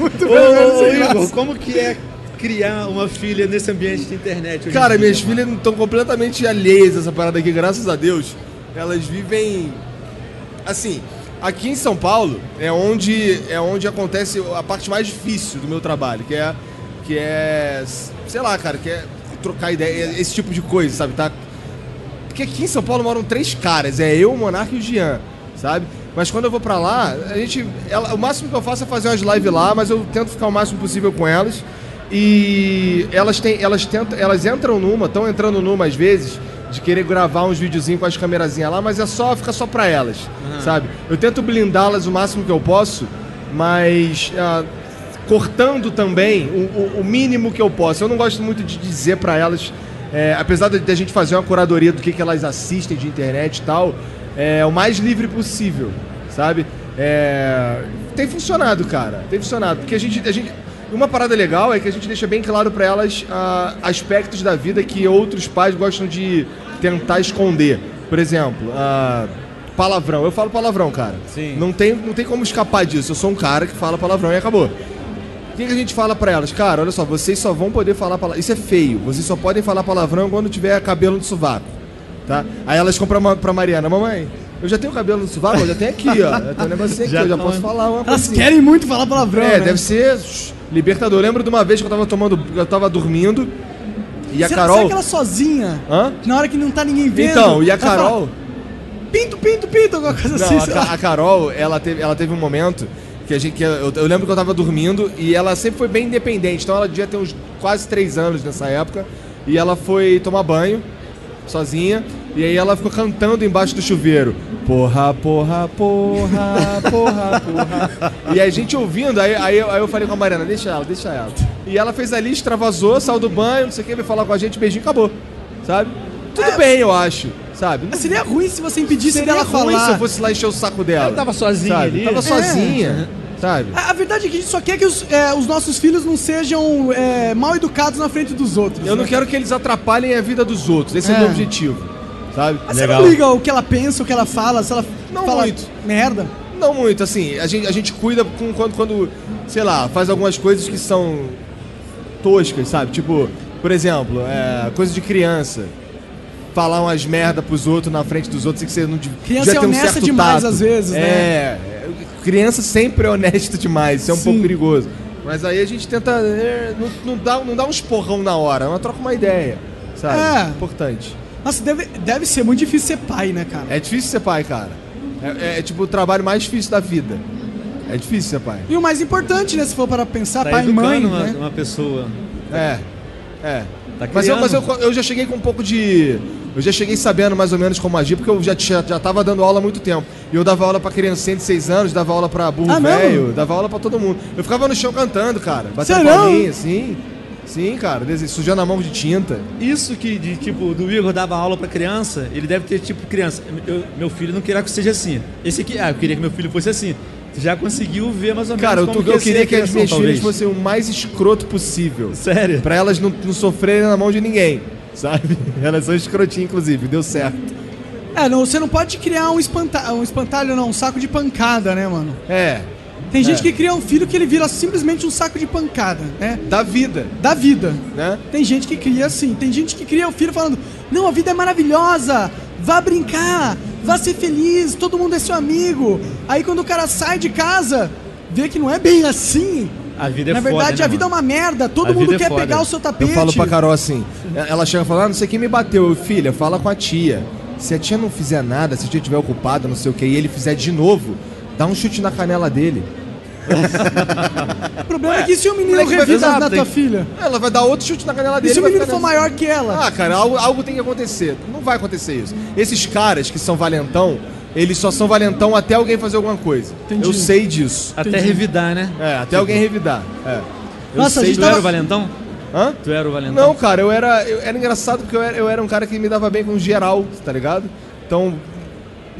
Ô, ô, ô, Igor, como que é criar uma filha nesse ambiente de internet? hoje em
Cara,
dia,
minhas
mano?
filhas estão completamente alheias a essa parada aqui, graças a Deus. Elas vivem. Assim, aqui em São Paulo é onde, é onde acontece a parte mais difícil do meu trabalho, que é. Que é. Sei lá, cara, que é trocar ideia, esse tipo de coisa, sabe? Tá porque aqui em São Paulo moram três caras, é eu, o Monarca e o Jean, sabe? Mas quando eu vou pra lá, a gente. ela- o máximo que eu faço é fazer umas lives lá, mas eu tento ficar o máximo possível com elas. E elas têm. Elas tentam. Elas entram numa, estão entrando numa às vezes, de querer gravar uns videozinhos com as camerazinhas lá, mas é só, fica só pra elas, sabe? Eu tento blindá-las o máximo que eu posso, mas. ah, cortando também o, o- o mínimo que eu posso. Eu não gosto muito de dizer pra elas, é, apesar de de a gente fazer uma curadoria do que, que elas assistem de internet e tal, é o mais livre possível, sabe? É, tem funcionado, cara. Tem funcionado. Porque a gente, a gente. Uma parada legal é que a gente deixa bem claro pra elas ah, aspectos da vida que outros pais gostam de tentar esconder. Por exemplo, ah, palavrão. Eu falo palavrão, cara.
Sim.
Não tem, não tem como escapar disso. Eu sou um cara que fala palavrão e acabou. O que, que a gente fala pra elas? Cara, olha só, vocês só vão poder falar palavrão. Isso é feio. Vocês só podem falar palavrão quando tiver cabelo no sovaco. Tá? Aí elas compram ma- pra Mariana, mamãe, eu já tenho cabelo no sovaco, eu já tenho aqui, ó. Eu tenho um negocinho aqui,
Já
eu já
tá
posso
um-
falar uma
Elas
coisa.
querem muito falar palavrão.
É,
né?
deve ser shh, libertador. Eu lembro de uma vez que eu tava tomando. Eu tava dormindo. E a
será,
Carol.
será que ela sozinha?
Hã?
Na hora que não tá ninguém vendo.
Então, e a
ela fala,
Carol.
pinto, pinto, pinto, alguma coisa
Não,
assim.
a,
sei
Ca-
lá.
a Carol, ela teve, ela teve um momento que a gente. que eu, eu lembro que eu tava dormindo e ela sempre foi bem independente. Então ela devia ter uns quase três anos nessa época. E ela foi tomar banho sozinha. E aí ela ficou cantando embaixo do chuveiro. Porra, porra, porra, porra, porra. E a gente ouvindo, aí, aí, eu- aí eu falei com a Mariana, deixa ela, deixa ela. E ela fez ali,
É.
extravasou, saiu do banho, não sei o que, veio falar com a gente, beijinho, acabou. Sabe? Tudo bem, eu acho. sabe? Não
Mas seria ruim se você impedisse
seria
dela
ruim
falar.
se eu fosse lá encher o saco dela.
Ela tava sozinha
sabe?
ali.
Tava
É.
sozinha, sabe?
A, a verdade é que a gente só quer que os, é, os nossos filhos não sejam é, mal educados na frente dos outros.
Eu não
né?
quero que eles atrapalhem a vida dos outros. Esse é,
É.
o meu objetivo, sabe?
Mas você não liga o que ela pensa, o que ela fala, se ela
Não
fala
muito.
merda.
Não muito, assim, a gente, a gente cuida com, quando, quando, sei lá, faz algumas coisas que são toscas, sabe? Tipo, por exemplo, é, coisa de criança. Falar umas merda pros outros na frente dos outros e que você não de-
Criança
já
é
tem um
honesta
certo
demais,
tato.
às vezes, né?
É, criança sempre é honesta demais, isso é um
Sim.
pouco perigoso. Mas aí a gente tenta, é, não, não dá, não dá um esporrão na hora, mas troca uma ideia, sabe?
É.
Importante.
Nossa, deve, deve ser muito difícil ser pai, né, cara?
É difícil ser pai, cara. É, é, é, tipo o trabalho mais difícil da vida. É difícil ser pai.
E o mais importante, né, se for para pensar,
Tá
pai e
educando
mãe,
uma,
né?
uma pessoa.
É. É.
Tá criando.
Mas, eu, mas eu, eu já cheguei com um pouco de. Eu já cheguei sabendo mais ou menos como agir, porque eu já, já, já tava dando aula há muito tempo. E eu dava aula pra criancinha de 6 anos, dava aula pra burro
Ah, mesmo?
velho, dava aula pra todo mundo. Eu ficava no chão cantando, cara. Batendo
Sério?
palminha, sim. Sim, cara. desse- Sujando a mão de tinta.
Isso que, de, tipo, do Igor dava aula pra criança, ele deve ter, tipo, criança. eu- meu filho não queria que seja assim. Esse aqui, ah, eu queria que meu filho fosse assim. Tu já conseguiu ver mais ou menos
Cara, eu,
como
tô- eu
ia ser
queria
a
que as
criação,
minhas filhas
é talvez.
fossem o mais escroto possível.
Sério?
Pra elas não, não sofrerem na mão de ninguém, sabe? Elas são escrotinhas, inclusive, deu certo.
É, não, você não pode criar um, espanta um espantalho, não, um saco de pancada, né, mano?
É,
Tem gente
É.
que cria um filho que ele vira simplesmente um saco de pancada, né?
da vida,
Da vida.
né?
Tem gente que cria assim, tem gente que cria o filho falando: Não, a vida é maravilhosa, vá brincar, vá ser feliz, todo mundo é seu amigo. Aí quando o cara sai de casa, vê que não é bem assim.
A vida é
Na
foda,
verdade,
né,
a vida
mano?
é uma merda, todo
A
mundo
vida é
quer
foda.
pegar o seu
Eu
tapete.
falo pra Carol assim, ela chega e fala, ah, não sei quem me bateu. Eu, filha, fala com a tia. Se a tia não fizer nada, se a tia estiver ocupada, não sei o que, e ele fizer de novo, dá um chute na canela dele.
O problema é que se o menino
moleque vai
revida
precisar,
na
tem-
tua filha,
Ela vai dar outro chute na canela
e
dele.
se o
vai
menino
ficar
for
nessa-
maior que ela,
Ah, cara, algo, algo tem que acontecer. Não vai acontecer isso. Esses caras que são valentão, eles só são valentão até alguém fazer alguma coisa.
Entendi.
Eu sei disso.
Até
Entendi.
revidar, né?
É, até alguém revidar. É. Eu
Nossa, a
sei
gente
Tu
do-
tava-
era o Valentão?
Hã?
Tu era o Valentão?
Não, cara, eu era, eu era engraçado porque eu era, eu era um cara que me dava bem com geral, tá ligado? Então,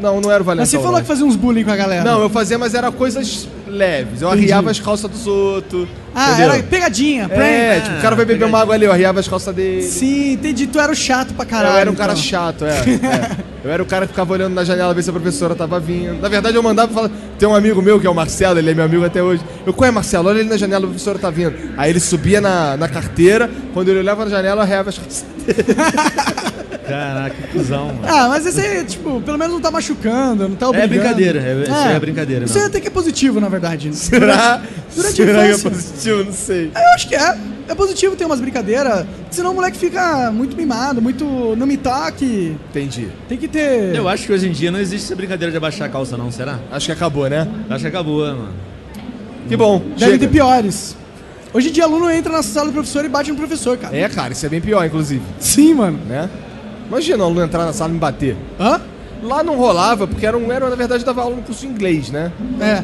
não, não era o Valentão.
mas você falou
não.
que fazia uns bullying com a galera.
Não, eu fazia, mas era coisas leves. Eu
Entendi.
arriava as calças dos outros.
ah,
entendeu?
era pegadinha, prank.
É,
Ah,
tipo, o cara vai beber uma água ali, eu arriava as calças dele.
Sim, entendi, tu era o chato pra caralho.
eu era um cara
então.
chato, é, é. Eu era o cara que ficava olhando na janela ver se a professora tava vindo. Na verdade, eu mandava falar. Tem um amigo meu que é o Marcelo, ele é meu amigo até hoje. Eu, qual é, Marcelo? Olha ele na janela, a professora tá vindo. Aí ele subia na, na carteira, quando ele olhava na janela, eu arriava as calças.
Caraca, que cuzão, mano.
Ah, mas esse aí, tipo, pelo menos não tá machucando, não tá
É
obrigando.
brincadeira, é- isso aí é brincadeira,
Isso
não.
aí até que é positivo, na verdade.
Será?
Durante
Será
a
que é
infância.
positivo? Não sei.
Eu acho que é. É positivo ter umas brincadeiras, senão o moleque fica muito mimado, muito não me toque.
Entendi.
Tem que ter.
Eu acho que hoje em dia não existe essa brincadeira de abaixar a calça, não, será?
Acho que acabou, né?
Eu acho que acabou, né, mano.
Que bom.
Deve
chega.
ter piores. Hoje em dia, aluno entra na sala do professor e bate no professor, cara.
É, cara, isso é bem pior, inclusive,
Sim, mano.
né? Imagina o aluno entrar na sala e me bater.
Hã?
Lá não rolava, porque era um, era, na verdade, eu dava aula no curso de inglês, né?
É.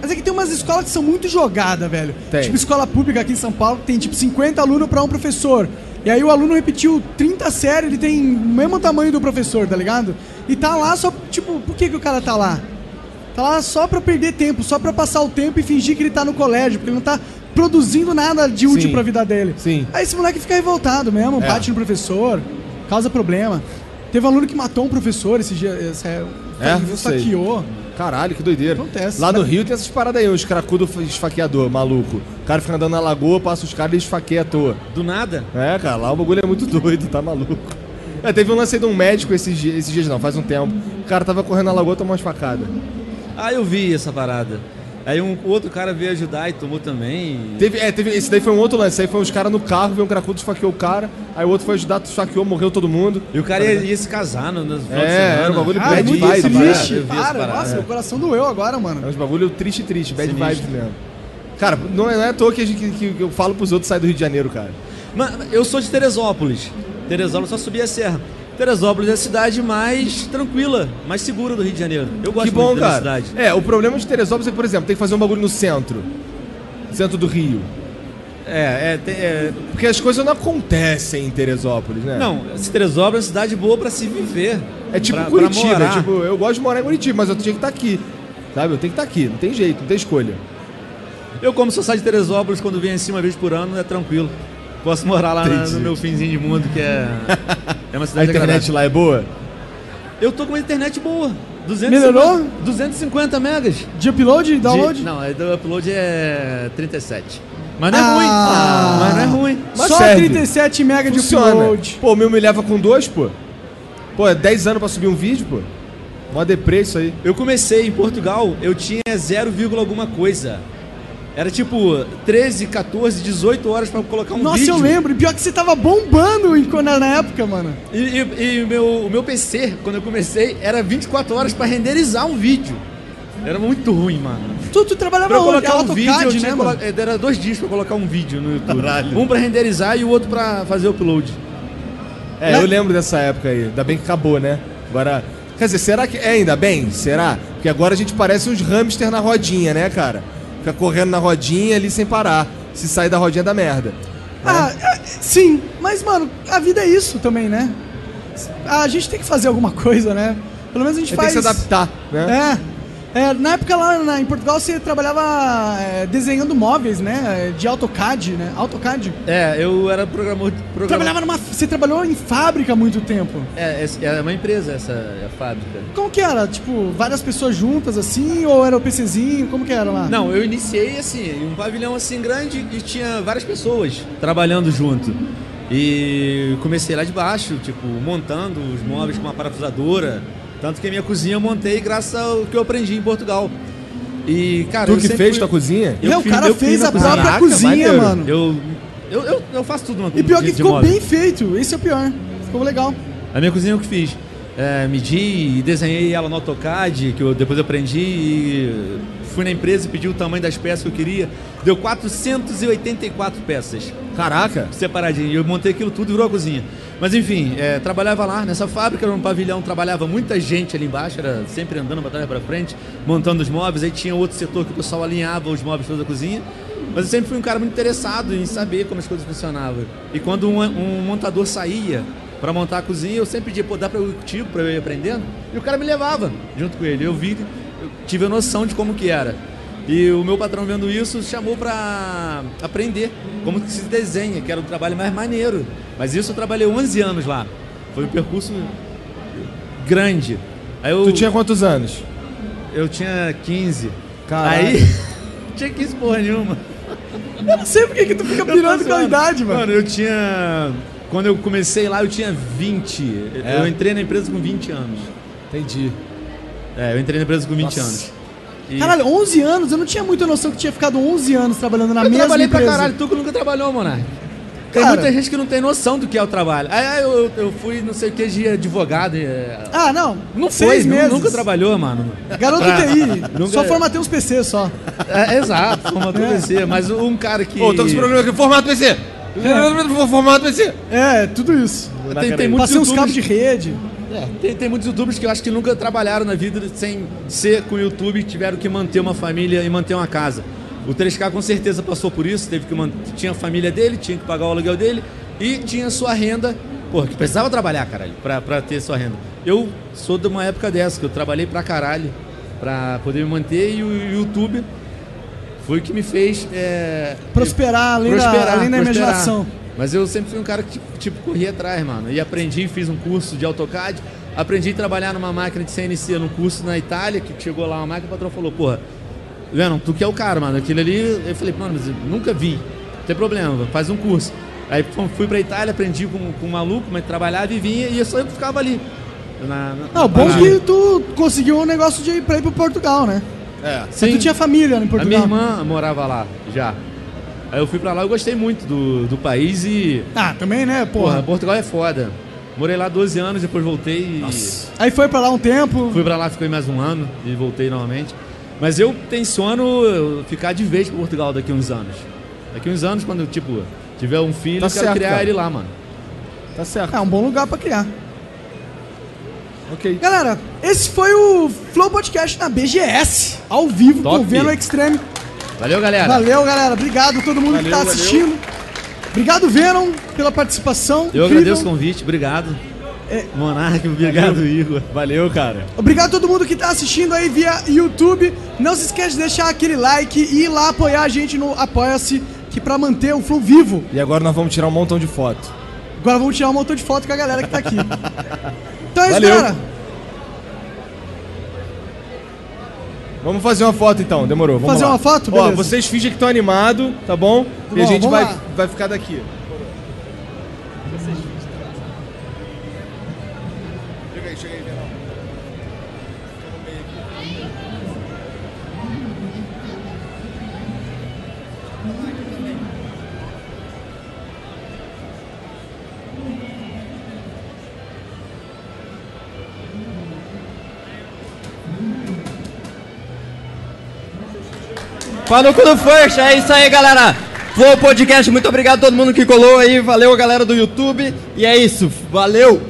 Mas é que tem umas escolas que são muito jogadas, velho.
Tem.
Tipo, escola pública aqui em São Paulo tem tipo 50 alunos pra um professor. E aí o aluno repetiu 30 séries, ele tem o mesmo tamanho do professor, tá ligado? E tá lá só, tipo, por que, que o cara tá lá? Tá lá só pra perder tempo, só pra passar o tempo e fingir que ele tá no colégio, porque ele não tá produzindo nada de útil
Sim.
pra vida dele.
Sim.
Aí esse moleque fica revoltado mesmo,
É.
bate no professor, causa problema. Teve aluno que matou um professor esse dia, esse,
É? Não sei.
saqueou.
Caralho, que doideira.
Acontece.
Lá no Rio tem essas paradas aí, uns cracudos esfaqueador, maluco. O cara fica andando na lagoa, passa os caras e esfaqueia à toa.
Do nada?
É, cara, lá o bagulho é muito doido, tá maluco. É, teve um lance aí de um médico esses, dias- esses dias, não, faz um tempo. O cara tava correndo na lagoa e tomou umas facadas.
Ah, eu vi essa parada. Aí um outro cara veio ajudar e tomou também.
Teve, é, teve, esse daí foi um outro lance. Aí foi os caras no carro, veio um cracudo, esfaqueou o cara. Aí o outro foi ajudar, esfaqueou, morreu todo mundo. Tá
E o cara é ia, ia se casar no, no final de
É,
semana.
era um bagulho
Cara,
bad
é muito
vibe,
triste,
parada.
triste,
Eu vi essa
para.
parada,
Nossa,
é.
meu coração doeu agora, mano.
É uns bagulho triste, triste, bad
Sinistro.
vibes mesmo. Cara, não é, não é à toa que, a gente, que, que eu falo pros outros sair do Rio de Janeiro, cara.
Mas eu sou de Teresópolis. Teresópolis só subia a serra. Teresópolis é a cidade mais tranquila, mais segura do Rio de Janeiro. Eu gosto
que bom,
muito da
cara.
cidade.
É, o problema de Teresópolis é, por exemplo, tem que fazer um bagulho no centro. Centro do Rio.
É, é, tem- é,
Porque as coisas não acontecem em Teresópolis, né?
Não, Teresópolis é uma cidade boa pra se viver.
É tipo
pra, pra
Curitiba,
morar.
é tipo, eu gosto de morar em Curitiba, mas eu tinha que estar aqui. Sabe? Eu tenho que estar aqui, não tem jeito, não tem escolha.
Eu, como sou sai de Teresópolis, quando venho assim uma vez por ano, é tranquilo. Posso morar lá na-
Entendi.
no meu finzinho de mundo, que é. É uma
A
cidade
internet
agradável.
lá é boa?
Eu tô com uma internet boa. 250,
Melhorou?
250 megas.
De upload, download?
De- não, aí do upload é 37. Mas não é
Ah.
ruim. Mas não é ruim.
Mas
Só
serve.
37 mega de
Funciona.
upload.
Pô, o meu me leva com dois, pô. Pô, é 10 anos pra subir um vídeo, pô. Mó deprê isso aí.
Eu comecei em Portugal, eu tinha 0, vírgula alguma coisa. Era tipo 13, 14, 18 horas pra colocar um
Nossa,
vídeo.
eu lembro. E Pior que você tava bombando em- na na época, mano.
E, e- e o meu, o meu PC, quando eu comecei, era 24 horas pra renderizar um vídeo. Era muito ruim, mano.
Tu, tu trabalhava
Pra eu
onde?
colocar um vídeo, eu
AutoCAD,
tinha
né,
colo-
mano?
eh, era dois dias pra colocar um vídeo no YouTube.
Caralho.
Um pra renderizar e o outro pra fazer upload.
É,
Né?
eu lembro dessa época aí. Ainda bem que acabou, né? Agora. Quer dizer, será que. É, ainda bem? Será? Porque agora a gente parece uns hamster na rodinha, né, cara? Fica correndo na rodinha ali sem parar. Se sair da rodinha da merda.
Ah, é, sim. Mas, mano, a vida é isso também, né? A gente tem que fazer alguma coisa, né? Pelo menos a gente
Tem que
faz...
se adaptar, né?
É. É, na época lá na- em Portugal você trabalhava é, desenhando móveis, né? É, De AutoCAD, né? AutoCAD.
É, eu era programador. programador-
Trabalhava numa. Você trabalhou em fábrica há muito tempo.
É, essa- é uma empresa essa é a fábrica.
Como que era? Tipo, várias pessoas juntas assim? Ou era o PCzinho? Como que era lá?
Não, eu iniciei assim, em um pavilhão assim grande e tinha várias pessoas trabalhando junto. E comecei lá de baixo, tipo, montando os móveis com uma parafusadora. Tanto que a minha cozinha eu montei graças ao que eu aprendi em Portugal. E, cara,
Tu
eu
que
sempre
fez
fui-
tua cozinha?
Não, o
fiz-
cara
fiz
fez
na
a própria
cozinha.
cozinha,
maneiro.
mano.
Eu, eu, eu, eu faço tudo na
E pior que
de- de
ficou
móvel.
bem feito. Esse é o pior. Ficou legal.
A minha cozinha eu que fiz. É, medi e desenhei ela no AutoCAD, que eu depois aprendi e fui na empresa e pedi o tamanho das peças que eu queria. Deu 484 peças
Caraca!
separadinho. E Eu montei aquilo tudo e virou a cozinha. Mas enfim, é, trabalhava lá nessa fábrica, era um pavilhão, trabalhava muita gente ali embaixo, era sempre andando pra trás e pra frente, montando os móveis. Aí tinha outro setor que o pessoal alinhava os móveis toda a cozinha. Mas eu sempre fui um cara muito interessado em saber como as coisas funcionavam. E quando um, um montador saía pra montar a cozinha, eu sempre pedia, pô, dá pra eu ir contigo, pra eu ir aprendendo? E o cara me levava junto com ele. Eu vi, eu tive a noção de como que era. E o meu patrão vendo isso chamou pra aprender como que se desenha, que era um trabalho mais maneiro. Mas isso eu trabalhei 11 anos lá. Foi um percurso grande. Aí eu
Tu tinha quantos anos?
eu tinha 15.
Caralho.
Aí tinha 15 porra nenhuma.
Eu não sei por que que tu fica
Eu tô
pirando com a
zoando.
idade, mano.
Mano, eu tinha quando eu comecei lá eu tinha 20.
É?
Eu entrei na empresa com 20 anos.
Entendi.
É, eu entrei na empresa com 20
Nossa.
anos. E-
Caralho, 11 anos? Eu não tinha muita noção que tinha ficado 11 anos trabalhando na
Eu
mesma
trabalhei
empresa.
pra caralho, tu que nunca trabalhou, Monark. Tem
Cara.
muita gente que não tem noção do que é o trabalho. Aí aí, eu, eu fui, não sei o que, de advogado. e, é,
Ah, não.
Não foi,
Seis
nu-
meses.
nunca trabalhou, mano.
Garoto TI.
Nunca-
Só formatei uns PC só.
É, é exato, formatou
É.
PC. Mas um cara que.
Pô, tô com esse problema aqui. Formato PC! Formato PC!
É, tudo isso.
Tem, tem, muitos
Passei uns cabos
YouTubers,
de rede.
É, tem, tem muitos youtubers que eu acho que nunca trabalharam na vida sem ser com o YouTube e tiveram que manter uma família e manter uma casa. O 3K com certeza passou por isso, teve que man- tinha a família dele, tinha que pagar o aluguel dele e tinha sua renda. Porra, que precisava trabalhar, caralho, pra, pra ter sua renda. Eu sou de uma época dessa, que eu trabalhei pra caralho pra poder me manter e o YouTube foi o que me fez é,
Prosperar além da, além da é imaginação.
mas eu sempre fui um cara que, tipo, corria atrás, mano. E aprendi, fiz um curso de AutoCAD. Aprendi a trabalhar numa máquina de CNC, num curso na Itália, que chegou lá uma máquina, o patrão falou, porra, Lennon, tu que é o cara, mano. Aquilo ali, eu falei, mano, mas eu nunca vi. Não tem problema, faz um curso. Aí fom- fui pra Itália, aprendi com, com um maluco, mas trabalhava e vinha, e eu só eu ficava ali. Na, na-
Não,
na
bom
parada.
que tu conseguiu um negócio de ir pra ir pro Portugal, né?
É.
Mas
Sim.
Tu tinha família em
A
Portugal.
minha irmã morava lá, já. Aí eu fui pra lá, eu gostei muito do, do país e...
Ah, também, né?
Porra,
Porra.
Portugal é foda. Morei lá 12 anos, depois voltei e
Aí foi pra lá um tempo.
fui pra lá, fiquei mais um ano e voltei novamente. Mas eu tenciono ficar de vez com Portugal daqui uns anos. Daqui uns anos, quando tipo, tiver um filho,
Tá
eu quero
certo,
criar
cara.
ele lá, mano.
Tá certo.
É um bom lugar pra criar.
Ok.
Galera, esse foi o Flow Podcast na BGS, ao vivo,
Top.
com o Venom Extreme.
Valeu, galera.
Valeu, galera. Obrigado a todo mundo que
Valeu,
tá
valeu.
assistindo. Obrigado, Venom, pela participação.
Eu
Incrível.
agradeço o convite, obrigado.
É.
Monarque, obrigado, Igor. Valeu, cara.
Obrigado a todo mundo que tá assistindo aí via YouTube. Não se esquece de deixar aquele like e ir lá apoiar a gente no Apoia-se, que pra manter o Flow vivo.
E agora nós vamos tirar um montão de foto.
Agora vamos tirar um montão de foto com a galera que tá aqui. Então é isso,
Valeu.
galera.
Vamos fazer uma foto então, demorou. Vamos
Fazer
lá.
uma foto?
Ó,
Beleza.
vocês fingem que estão animados, tá bom? e a
bom,
gente
vamos
vai,
lá.
vai ficar daqui. Chega aí, chega aí, Verão.
Falou quando first, é isso aí, galera. Flow Podcast, muito obrigado a todo mundo que colou aí. Valeu, galera do YouTube. E é isso, valeu.